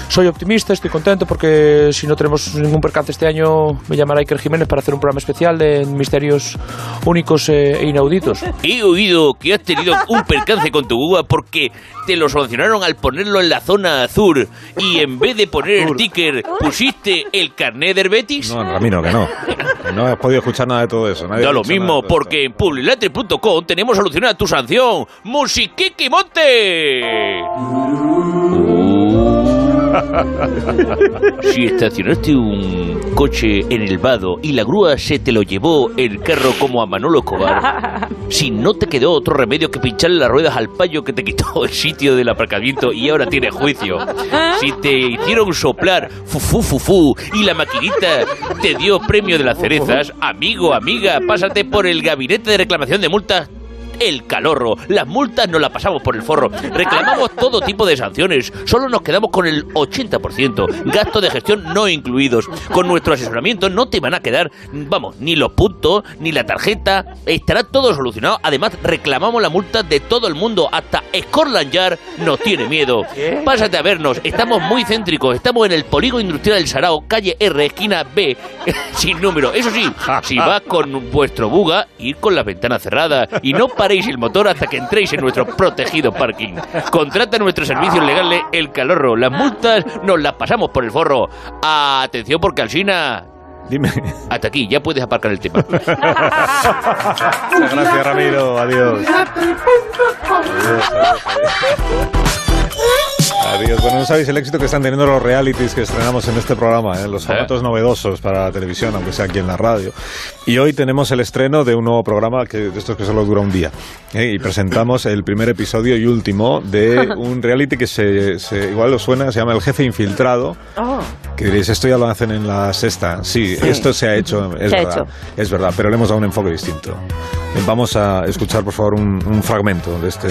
[SPEAKER 22] soy optimista, estoy contento, porque si no tenemos ningún percance este año, me llamará Iker Jiménez para hacer un programa especial de misterios únicos eh, e inauditos.
[SPEAKER 3] He oído que has tenido un percance con tu uva porque te lo solucionaron al ponerlo en la zona azul y en vez de poner el ticker pusiste el carnet del Betis.
[SPEAKER 1] No, Ramiro, que no. Que No has podido escuchar nada de todo eso. Nadie
[SPEAKER 3] Da
[SPEAKER 1] ha
[SPEAKER 3] lo
[SPEAKER 1] dicho nada
[SPEAKER 3] mismo,
[SPEAKER 1] de todo
[SPEAKER 3] porque en publiletre.com tenemos solucionada tu sanción. ¡Musiquiqui Monte! Si estacionaste un coche en el vado y la grúa se te lo llevó el carro como a Manolo Escobar, si no te quedó otro remedio que pincharle las ruedas al payo que te quitó el sitio del aparcamiento y ahora tienes juicio, si te hicieron soplar fufu fufu y la maquinita te dio premio de las cerezas, amigo, amiga, pásate por el gabinete de reclamación de multas el calorro. Las multas no las pasamos por el forro. Reclamamos todo tipo de sanciones. Solo nos quedamos con el 80%. Gastos de gestión no incluidos. Con nuestro asesoramiento no te van a quedar, vamos, ni los puntos, ni la tarjeta. Estará todo solucionado. Además, reclamamos la multa de todo el mundo. Hasta Scotland Yard no tiene miedo. Pásate a vernos. Estamos muy céntricos. Estamos en el Polígono Industrial del Sarao, calle R, esquina B, sin número. Eso sí, si vas con vuestro buga, ir con la ventana cerrada y no paréis el motor hasta que entréis en nuestro protegido parking. Contrata nuestros servicios legales El Calorro. Las multas nos las pasamos por el forro. Atención porque Alsina
[SPEAKER 1] Dime.
[SPEAKER 3] Hasta aquí, ya puedes aparcar el tema.
[SPEAKER 1] Muchas gracias, Ramiro. Adiós. Adiós. Bueno, no sabéis el éxito que están teniendo los realities que estrenamos en este programa, ¿eh? los formatos novedosos para la televisión, aunque sea aquí en la radio. Y hoy tenemos el estreno de un nuevo programa que, de estos que solo dura un día. ¿eh? Y presentamos el primer episodio y último de un reality que se, se- igual os suena, se llama El Jefe Infiltrado. Que diréis, esto ya lo hacen en la sexta. Sí,
[SPEAKER 12] Sí.
[SPEAKER 1] esto se ha hecho, es
[SPEAKER 12] Se ha
[SPEAKER 1] verdad.
[SPEAKER 12] hecho.
[SPEAKER 1] Es verdad, pero le hemos dado un enfoque distinto. Eh, Vamos a escuchar, por favor, un, un fragmento de este.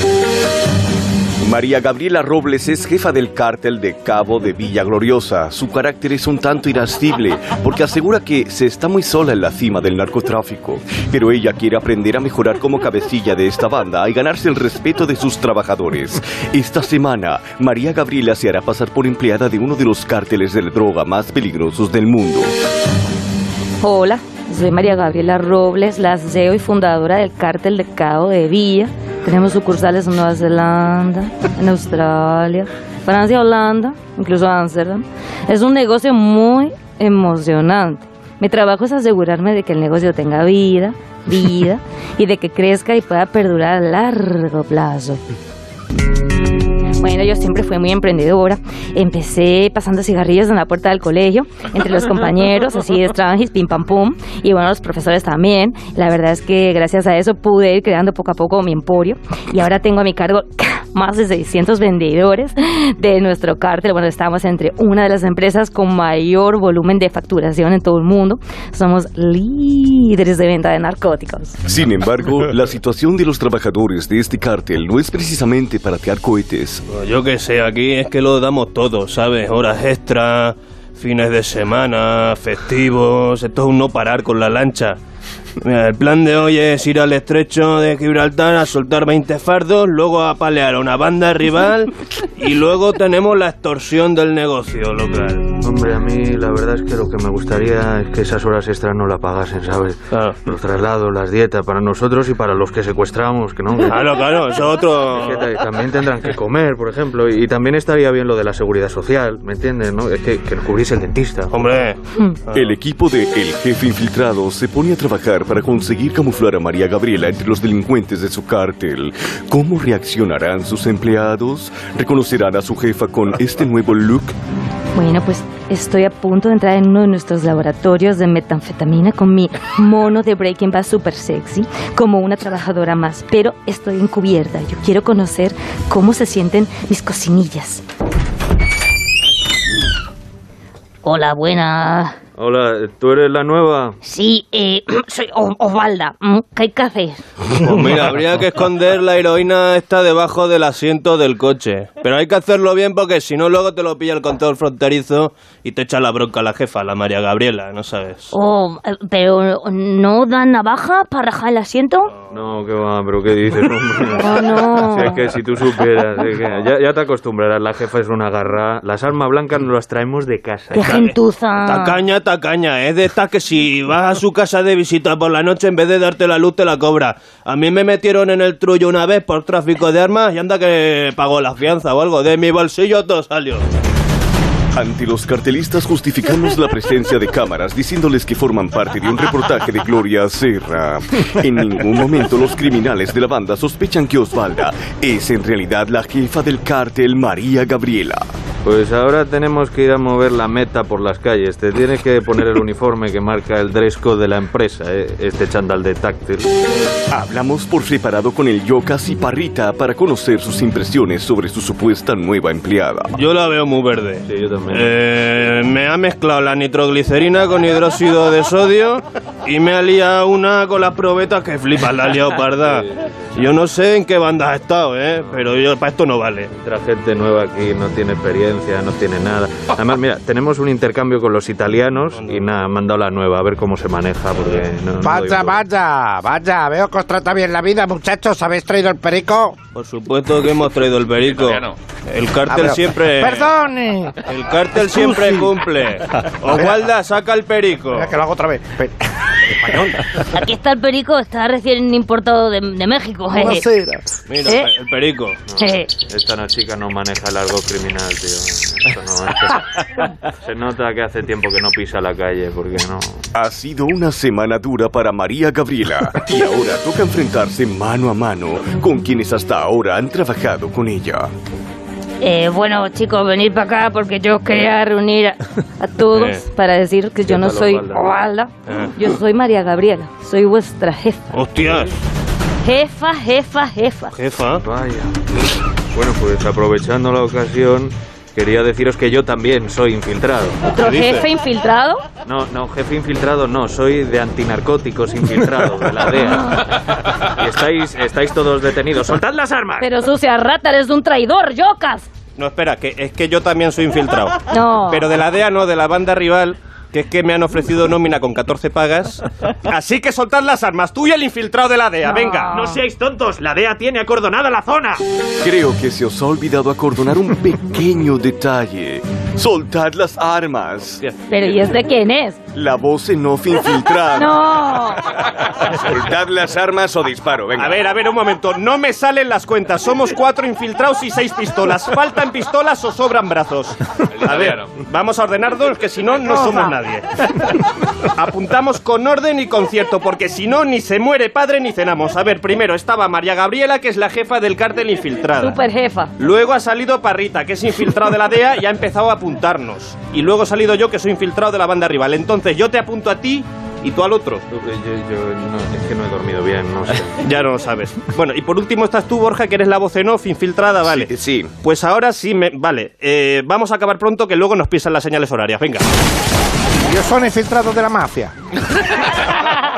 [SPEAKER 16] María Gabriela Robles es jefa del cártel de Cabo de Villa Gloriosa. Su carácter es un tanto irascible porque asegura que se está muy sola en la cima del narcotráfico. Pero ella quiere aprender a mejorar como cabecilla de esta banda y ganarse el respeto de sus trabajadores. Esta semana, María Gabriela se hará pasar por empleada de uno de los cárteles de la droga más peligrosos del mundo.
[SPEAKER 4] Hola, soy María Gabriela Robles, la CEO y fundadora del cártel de Cabo de Villa. Tenemos sucursales en Nueva Zelanda, en Australia, Francia, Holanda, incluso Ámsterdam. Es un negocio muy emocionante. Mi trabajo es asegurarme de que el negocio tenga vida, vida, y de que crezca y pueda perdurar a largo plazo. Bueno, yo siempre fui muy emprendedora. Empecé pasando cigarrillos en la puerta del colegio, entre los compañeros, así de trabajis, pim pam pum. Y bueno, los profesores también. La verdad es que gracias a eso pude ir creando poco a poco mi emporio. Y ahora tengo a mi cargo más de 600 vendedores de nuestro cártel. Bueno, estamos entre una de las empresas con mayor volumen de facturación en todo el mundo. Somos líderes de venta de narcóticos.
[SPEAKER 16] Sin embargo, la situación de los trabajadores de este cártel no es precisamente para tirar cohetes.
[SPEAKER 10] Yo que sé, aquí es que lo damos todo, ¿sabes? Horas extra, fines de semana, festivos, esto es un no parar con la lancha. Mira, el plan de hoy es ir al estrecho de Gibraltar a soltar 20 fardos, luego a palear a una banda rival y luego tenemos la extorsión del negocio local.
[SPEAKER 14] Hombre, a mí la verdad es que lo que me gustaría es que esas horas extras no la pagasen, ¿sabes? Los traslados, las dietas, para nosotros y para los que secuestramos, que no.
[SPEAKER 10] Claro, claro, eso otro.
[SPEAKER 14] Es que ta- También tendrán que comer, por ejemplo, y y también estaría bien lo de la seguridad social, ¿me entiendes? No? Es que, que nos cubriese el dentista.
[SPEAKER 10] Hombre.
[SPEAKER 16] El equipo de El Jefe Infiltrado se pone a trabajar para conseguir camuflar a María Gabriela entre los delincuentes de su cártel. ¿Cómo reaccionarán sus empleados? ¿Reconocerán a su jefa con este nuevo look?
[SPEAKER 4] Bueno, pues estoy a punto de entrar en uno de nuestros laboratorios de metanfetamina con mi mono de Breaking Bad super sexy, como una trabajadora más, pero estoy encubierta. Yo quiero conocer cómo se sienten mis cocinillas. Hola, buena.
[SPEAKER 14] Hola, ¿tú eres la nueva?
[SPEAKER 4] Sí, eh, soy O- Osvalda. Mm, ¿Qué qué haces?
[SPEAKER 10] Pues mira, habría que esconder la heroína esta debajo del asiento del coche. Pero hay que hacerlo bien porque si no, luego te lo pilla el control fronterizo y te echa la bronca la jefa, la María Gabriela, ¿no sabes?
[SPEAKER 4] Oh, eh, pero ¿no dan navaja para rajar el asiento?
[SPEAKER 14] No, qué va, pero ¿qué dices? hombre?
[SPEAKER 4] Oh, no.
[SPEAKER 14] Si es que si tú supieras, es que ya, ya te acostumbrarás, la jefa es una garra. Las armas blancas nos las traemos de casa.
[SPEAKER 4] ¡Qué gentuza!
[SPEAKER 10] Tacaña, tacaña, es de estas que si vas a su casa de visita por la noche, en vez de darte la luz, te la cobra. A mí me metieron en el trullo una vez por tráfico de armas y anda que pagó la fianza o algo. De mi bolsillo todo salió.
[SPEAKER 16] Ante los cartelistas justificamos la presencia de cámaras diciéndoles que forman parte de un reportaje de Gloria Serra. En ningún momento los criminales de la banda sospechan que Osvalda es en realidad la jefa del cártel María Gabriela.
[SPEAKER 14] Pues ahora tenemos que ir a mover la meta por las calles. Te tienes que poner el uniforme que marca el dress code de la empresa, eh, este chándal de táctil.
[SPEAKER 16] Hablamos por separado con el Yocas y Parrita para conocer sus impresiones sobre su supuesta nueva empleada.
[SPEAKER 10] Yo la veo muy verde.
[SPEAKER 14] Sí, yo también.
[SPEAKER 10] Eh, me ha mezclado la nitroglicerina con hidróxido de sodio y me ha liado una con las probetas que flipas, la ha liado parda. Yo no sé en qué banda has estado, ¿eh? pero yo para esto no vale.
[SPEAKER 14] Entra gente nueva aquí, no tiene experiencia, no tiene nada. Además, mira, tenemos un intercambio con los italianos y nada, me han dado la nueva, a ver cómo se maneja, porque no- no doy bola.
[SPEAKER 17] Vaya, vaya, vaya, veo que os trata bien la vida, muchachos. ¿Habéis traído el perico?
[SPEAKER 10] Por supuesto que hemos traído el perico. El
[SPEAKER 17] Ah,
[SPEAKER 10] cártel
[SPEAKER 17] pero-
[SPEAKER 10] siempre.
[SPEAKER 17] ¡Perdone!
[SPEAKER 10] El cártel siempre cumple. Oswalda, saca el perico.
[SPEAKER 17] Espera, que lo hago otra vez. Pe-
[SPEAKER 4] español. Aquí está el perico, está recién importado de, de México. jeje.
[SPEAKER 14] Mira,
[SPEAKER 4] ¿Eh?
[SPEAKER 14] el perico.
[SPEAKER 4] Eh.
[SPEAKER 14] Esta no chica no maneja el algo criminal, tío. Esto no- esto- se nota que hace tiempo que no pisa la calle, porque no.
[SPEAKER 16] Ha sido una semana dura para María Gabriela y ahora toca enfrentarse mano a mano con quienes hasta ahora han trabajado con ella.
[SPEAKER 4] Eh, bueno, chicos, venid para acá porque yo os quería reunir a, a todos
[SPEAKER 16] Eh.
[SPEAKER 4] para decir que yo no
[SPEAKER 16] Siéntalo,
[SPEAKER 4] soy
[SPEAKER 16] Osvaldo.
[SPEAKER 4] Osvalda.
[SPEAKER 17] Eh.
[SPEAKER 4] Yo soy María Gabriela, soy vuestra jefa.
[SPEAKER 17] ¡Hostias!
[SPEAKER 4] Jefa, jefa, jefa.
[SPEAKER 17] Jefa.
[SPEAKER 14] Vaya. Bueno, pues aprovechando la ocasión, quería deciros que yo también soy infiltrado.
[SPEAKER 4] ¿Otro jefe infiltrado?
[SPEAKER 14] No, no, jefe infiltrado no, soy de antinarcóticos infiltrado, de la DEA. Y estáis, estáis todos detenidos. ¡Soltad las armas!
[SPEAKER 4] Pero sucia rata, eres un traidor, yocas.
[SPEAKER 17] No, espera, que es que yo también soy infiltrado.
[SPEAKER 4] No.
[SPEAKER 17] Pero de la DEA no, de la banda rival, que es que me han ofrecido nómina con 14 pagas. Así que soltad las armas, tú y el infiltrado de la DEA, venga.
[SPEAKER 24] No seáis tontos, la DEA tiene acordonada la zona.
[SPEAKER 16] Creo que se os ha olvidado acordonar un pequeño detalle. Soltad las armas.
[SPEAKER 4] Pero ¿y este quién es?
[SPEAKER 16] La voz en off infiltrada.
[SPEAKER 4] No.
[SPEAKER 16] Soltad las armas o disparo, venga.
[SPEAKER 17] A ver, a ver, un momento. No me salen las cuentas. Somos cuatro infiltrados y seis pistolas. ¿Faltan pistolas o sobran brazos? A ver, vamos a ordenar dos, que si no, no somos nadie. Apuntamos con orden y concierto, porque si no, ni se muere padre ni cenamos. A ver, primero estaba María Gabriela, que es la jefa del cártel infiltrada.
[SPEAKER 4] Super jefa.
[SPEAKER 17] Luego ha salido Parrita, que es infiltrado de la DEA y ha empezado a apuntarnos. Y luego he salido yo, que soy infiltrado de la banda rival. Entonces yo te apunto a ti y tú al otro.
[SPEAKER 14] es que eh, no he dormido bien, no sé.
[SPEAKER 17] Ya no lo sabes. Bueno, y por último estás tú, Borja, que eres la voz en off infiltrada, vale. Sí. Pues ahora sí, me... vale. eh, vamos a acabar pronto, que luego nos pisan las señales horarias. Venga.
[SPEAKER 5] Ellos son infiltrados de la mafia.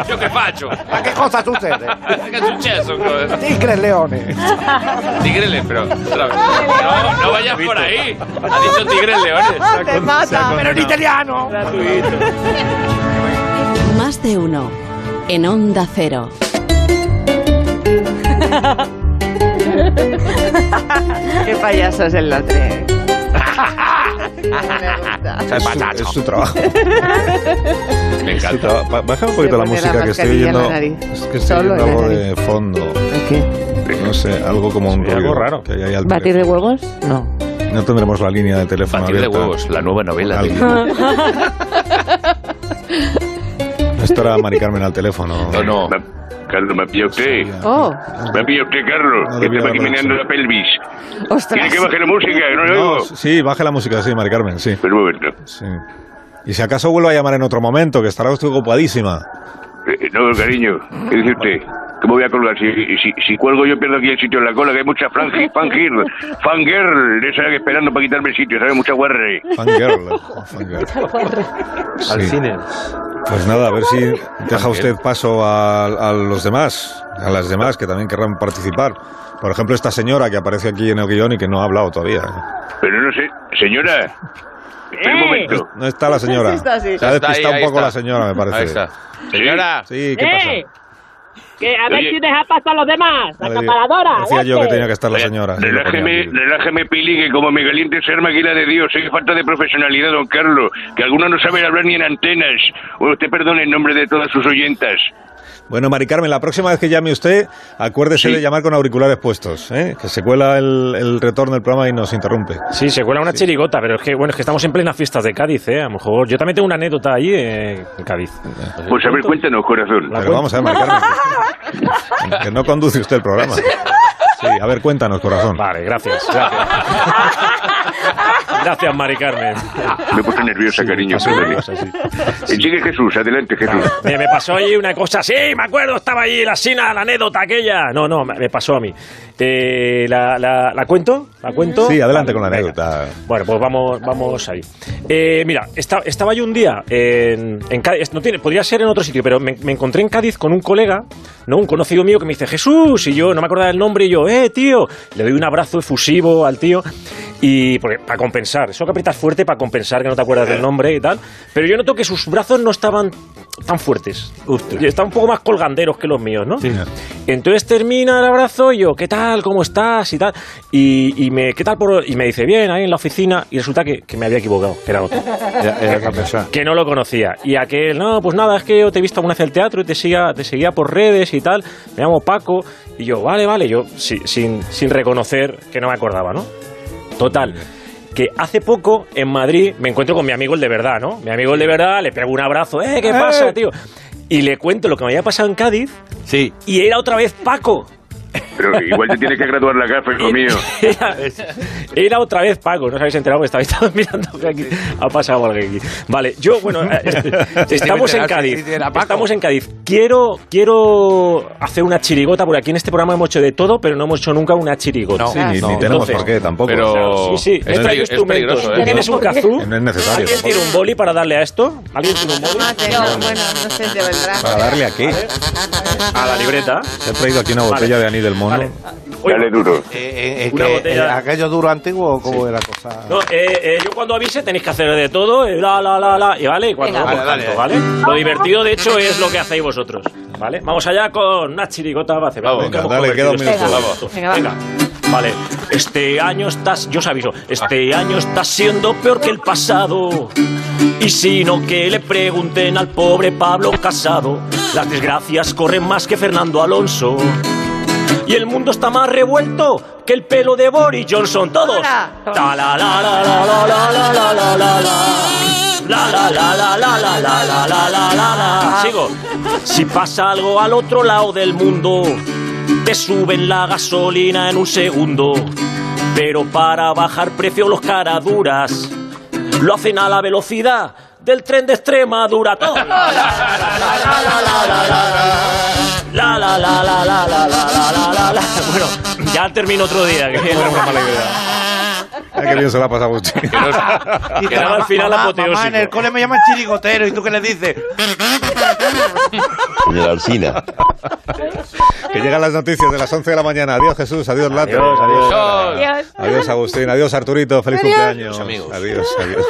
[SPEAKER 2] Io che faccio?
[SPEAKER 5] Ma che cosa succede?
[SPEAKER 2] che è successo?
[SPEAKER 5] Tigre e leone.
[SPEAKER 2] Tigreles, pero. otra vez. No, no vayas por ahí. Ha dicho tigres leones.
[SPEAKER 24] Te mata.
[SPEAKER 5] Pero en italiano.
[SPEAKER 7] Más de uno. En Onda Cero.
[SPEAKER 8] Qué payasos el lotre.
[SPEAKER 1] Es su, es su trabajo.
[SPEAKER 2] Me
[SPEAKER 1] encanta. Baja un poquito
[SPEAKER 8] Se pone
[SPEAKER 1] la
[SPEAKER 8] la
[SPEAKER 1] música que estoy
[SPEAKER 8] mascarilla en la
[SPEAKER 1] oyendo.
[SPEAKER 8] nariz.
[SPEAKER 1] Es que estoy
[SPEAKER 8] Solo
[SPEAKER 1] oyendo
[SPEAKER 8] en la
[SPEAKER 1] algo
[SPEAKER 8] nariz.
[SPEAKER 1] de fondo. No sé, algo como un ruido
[SPEAKER 2] raro.
[SPEAKER 1] que hay ahí al
[SPEAKER 4] ¿Batir de huevos? No.
[SPEAKER 1] teléfono. No tendremos la línea de teléfono
[SPEAKER 2] Batir de
[SPEAKER 1] abierta.
[SPEAKER 2] huevos, la nueva novela. de-
[SPEAKER 1] Alguien. Esto era Mari Carmen al teléfono. No,
[SPEAKER 2] no.
[SPEAKER 25] Carlos, me pilla usted.
[SPEAKER 8] Oh,
[SPEAKER 25] Me pilla usted, Carlos,
[SPEAKER 1] No
[SPEAKER 25] que
[SPEAKER 1] debía
[SPEAKER 25] estaba aquí
[SPEAKER 1] haberlo
[SPEAKER 25] meneando la pelvis. Tiene
[SPEAKER 8] ostras.
[SPEAKER 25] que bajar la música, que no lo
[SPEAKER 1] No,
[SPEAKER 25] oigo.
[SPEAKER 1] sí, baja la música, sí, Mari Carmen, sí.
[SPEAKER 25] Pero un momento.
[SPEAKER 1] Sí. Y si acaso vuelvo a llamar en otro momento, que estará usted ocupadísima.
[SPEAKER 25] Eh, No, cariño, ¿qué dice usted? ¿Cómo voy a colgar? Si, si, si cuelgo yo pierdo aquí el sitio en la cola, que hay mucha fangir, fangir, fangirl, de esa que esperando para quitarme el sitio, ¿sabes? Mucha guerra.
[SPEAKER 1] Fangirl. fangirl. Al cine. Pues nada, a ver si deja usted paso a, a los demás, a las demás que también querrán participar. Por ejemplo, esta señora que aparece aquí en el guión y que no ha hablado todavía.
[SPEAKER 25] Pero no sé, señora, espera un momento.
[SPEAKER 1] No está la señora.
[SPEAKER 25] Sí está, sí.
[SPEAKER 1] Se ha
[SPEAKER 25] Está ahí,
[SPEAKER 1] despistado un
[SPEAKER 25] ahí
[SPEAKER 1] poco
[SPEAKER 25] está.
[SPEAKER 1] la señora, me parece.
[SPEAKER 2] Ahí está.
[SPEAKER 1] Señora. Sí, ¿qué pasa?
[SPEAKER 9] ¡Eh! Que a ver
[SPEAKER 25] Oye.
[SPEAKER 9] si deja pasar a los demás.
[SPEAKER 1] Vale,
[SPEAKER 9] Acaparadora.
[SPEAKER 1] Decía yo que
[SPEAKER 9] adelante.
[SPEAKER 1] tenía que estar la señora. Sí, lo ponía.
[SPEAKER 25] Relájeme, relájeme, Pili, que como me caliente se arma aquí la de Dios. Hay falta de profesionalidad, don Carlos. Que algunos no saben hablar ni en antenas. Bueno, usted perdone en nombre de todas sus oyentas.
[SPEAKER 1] Bueno, Mari Carmen, la próxima vez que llame usted, acuérdese de llamar con auriculares puestos, ¿eh? que se cuela el, el retorno del programa y nos interrumpe.
[SPEAKER 6] Sí, se cuela una chirigota, pero es que bueno, es que estamos en plenas fiestas de Cádiz, ¿eh? A lo mejor. Yo también tengo una anécdota allí eh, en Cádiz.
[SPEAKER 25] Pues a ver, cuéntanos, corazón.
[SPEAKER 1] Pero vamos a ver, Mari Carmen, que no conduce usted el programa. Sí, a ver, cuéntanos, corazón.
[SPEAKER 6] Vale, gracias. Gracias, gracias Mari Carmen.
[SPEAKER 25] Me he puesto nerviosa, cariño. perdone. Sigue Jesús, adelante, Jesús.
[SPEAKER 6] Me, me pasó allí una cosa, sí, me acuerdo, estaba allí la sina, la anécdota aquella. No, no, me me pasó a mí. Eh, la, la- ¿la cuento? ¿La cuento?
[SPEAKER 1] Sí, adelante con la anécdota.
[SPEAKER 6] Bueno, pues vamos, vamos ahí. Eh, mira, esta- estaba yo un día en, en Cádiz, no tiene, podría ser en otro sitio, pero me, me encontré en Cádiz con un colega, ¿no? un conocido mío que me dice, Jesús, y yo no me acordaba del nombre, y yo, eh, tío, le doy un abrazo efusivo al tío, Y porque- para compensar, eso que aprietas fuerte para compensar que no te acuerdas del nombre y tal. Pero yo noto que sus brazos no estaban tan fuertes. Y Están un poco más colganderos que los míos, ¿no? Entonces termina el abrazo y yo, ¿qué tal? ¿Cómo estás? Y tal. Y, y me, ¿qué tal por...? Y me dice, bien, ahí en la oficina. Y resulta que, que me había equivocado, que era otro. Que no lo conocía. Y aquel, no, pues nada, es que yo te he visto alguna vez en el teatro y te seguía, te seguía por redes y tal. Me llamo Paco. Y yo, vale, vale. Yo, si- sin, sin reconocer que no me acordaba, ¿no? Total. Que hace poco en Madrid me encuentro con mi amigo el de verdad, ¿no? Mi amigo el de verdad, le pego un abrazo, ¡eh, qué pasa,
[SPEAKER 7] ¡Eh!
[SPEAKER 6] tío! Y le cuento lo que me había pasado en Cádiz. Sí. Y era otra vez Paco.
[SPEAKER 25] Pero igual te tienes que graduar la gafa, hijo mío.
[SPEAKER 6] Era, era otra vez Paco, no os habéis enterado que estabais todos mirando que aquí ha pasado algo aquí. Vale, yo, bueno, eh, estamos en Cádiz. Estamos en Cádiz. Quiero, quiero hacer una chirigota, porque aquí en este programa hemos hecho de todo, pero no hemos hecho nunca una chirigota.
[SPEAKER 1] Sí, ni, ni tenemos
[SPEAKER 6] Entonces,
[SPEAKER 1] por qué tampoco.
[SPEAKER 19] Pero-
[SPEAKER 6] Sí, sí,
[SPEAKER 1] No
[SPEAKER 6] he traído
[SPEAKER 1] es- es
[SPEAKER 6] instrumentos.
[SPEAKER 1] peligroso, ¿eh?
[SPEAKER 6] ¿Tienes un kazoo?
[SPEAKER 1] No es necesario.
[SPEAKER 6] ¿Alguien tiene un boli para darle a esto? ¿Alguien tiene un boli?
[SPEAKER 8] bueno, no sé, de verdad.
[SPEAKER 1] Para darle aquí.
[SPEAKER 6] A la libreta.
[SPEAKER 1] Te he traído aquí una botella de anís del mono.
[SPEAKER 25] Dale duro.
[SPEAKER 5] Eh, eh,
[SPEAKER 6] Una
[SPEAKER 5] que,
[SPEAKER 6] botella.
[SPEAKER 5] eh, ¿Aquello duro antiguo o cómo era la cosa?
[SPEAKER 6] No, eh, eh, yo cuando avise tenéis que hacer de todo, eh, la, la, la, la, y vale, y cuando
[SPEAKER 5] Venga.
[SPEAKER 6] vamos
[SPEAKER 5] Vale,
[SPEAKER 6] canto,
[SPEAKER 5] dale.
[SPEAKER 6] ¿vale? Lo divertido, de hecho, es lo que hacéis vosotros, ¿vale? Vamos allá con una chirigota, va a hacer- vamos,
[SPEAKER 1] venga,
[SPEAKER 6] vamos
[SPEAKER 1] dale,
[SPEAKER 6] con
[SPEAKER 1] queda un
[SPEAKER 6] divertido
[SPEAKER 1] minuto.
[SPEAKER 6] este esto. Venga, Vale, este año estás, yo os aviso, este año está siendo peor que el pasado. Y si no, que le pregunten al pobre Pablo Casado. Las desgracias corren más que Fernando Alonso. Y el mundo está más revuelto que el pelo de Boris Johnson. Todos. Ta la la la la la la la la la la la la la la la la la la la la la la. Sigo. Si pasa algo al otro lado del mundo, te suben la gasolina en un segundo. Pero para bajar precio los caraduras lo hacen a la velocidad del tren de Extremadura. Todos. La la la la la la la la la la la. Bueno, ya termino otro día. Que era una mala idea.
[SPEAKER 1] Ah, qué bien se la ha pasado Gucci.
[SPEAKER 6] Quedaba al final
[SPEAKER 5] mamá,
[SPEAKER 6] apoteósico.
[SPEAKER 5] mamá, en el cole me llaman chirigotero y tú qué le dices.
[SPEAKER 1] Señora Alcina. que llegan las noticias de las 11 de la mañana. Adiós, Jesús. Adiós, Lato. Adiós,
[SPEAKER 5] adiós.
[SPEAKER 1] Adiós, Agustín. Adiós, Arturito. Feliz
[SPEAKER 5] Adiós.
[SPEAKER 1] cumpleaños. Adiós, adiós.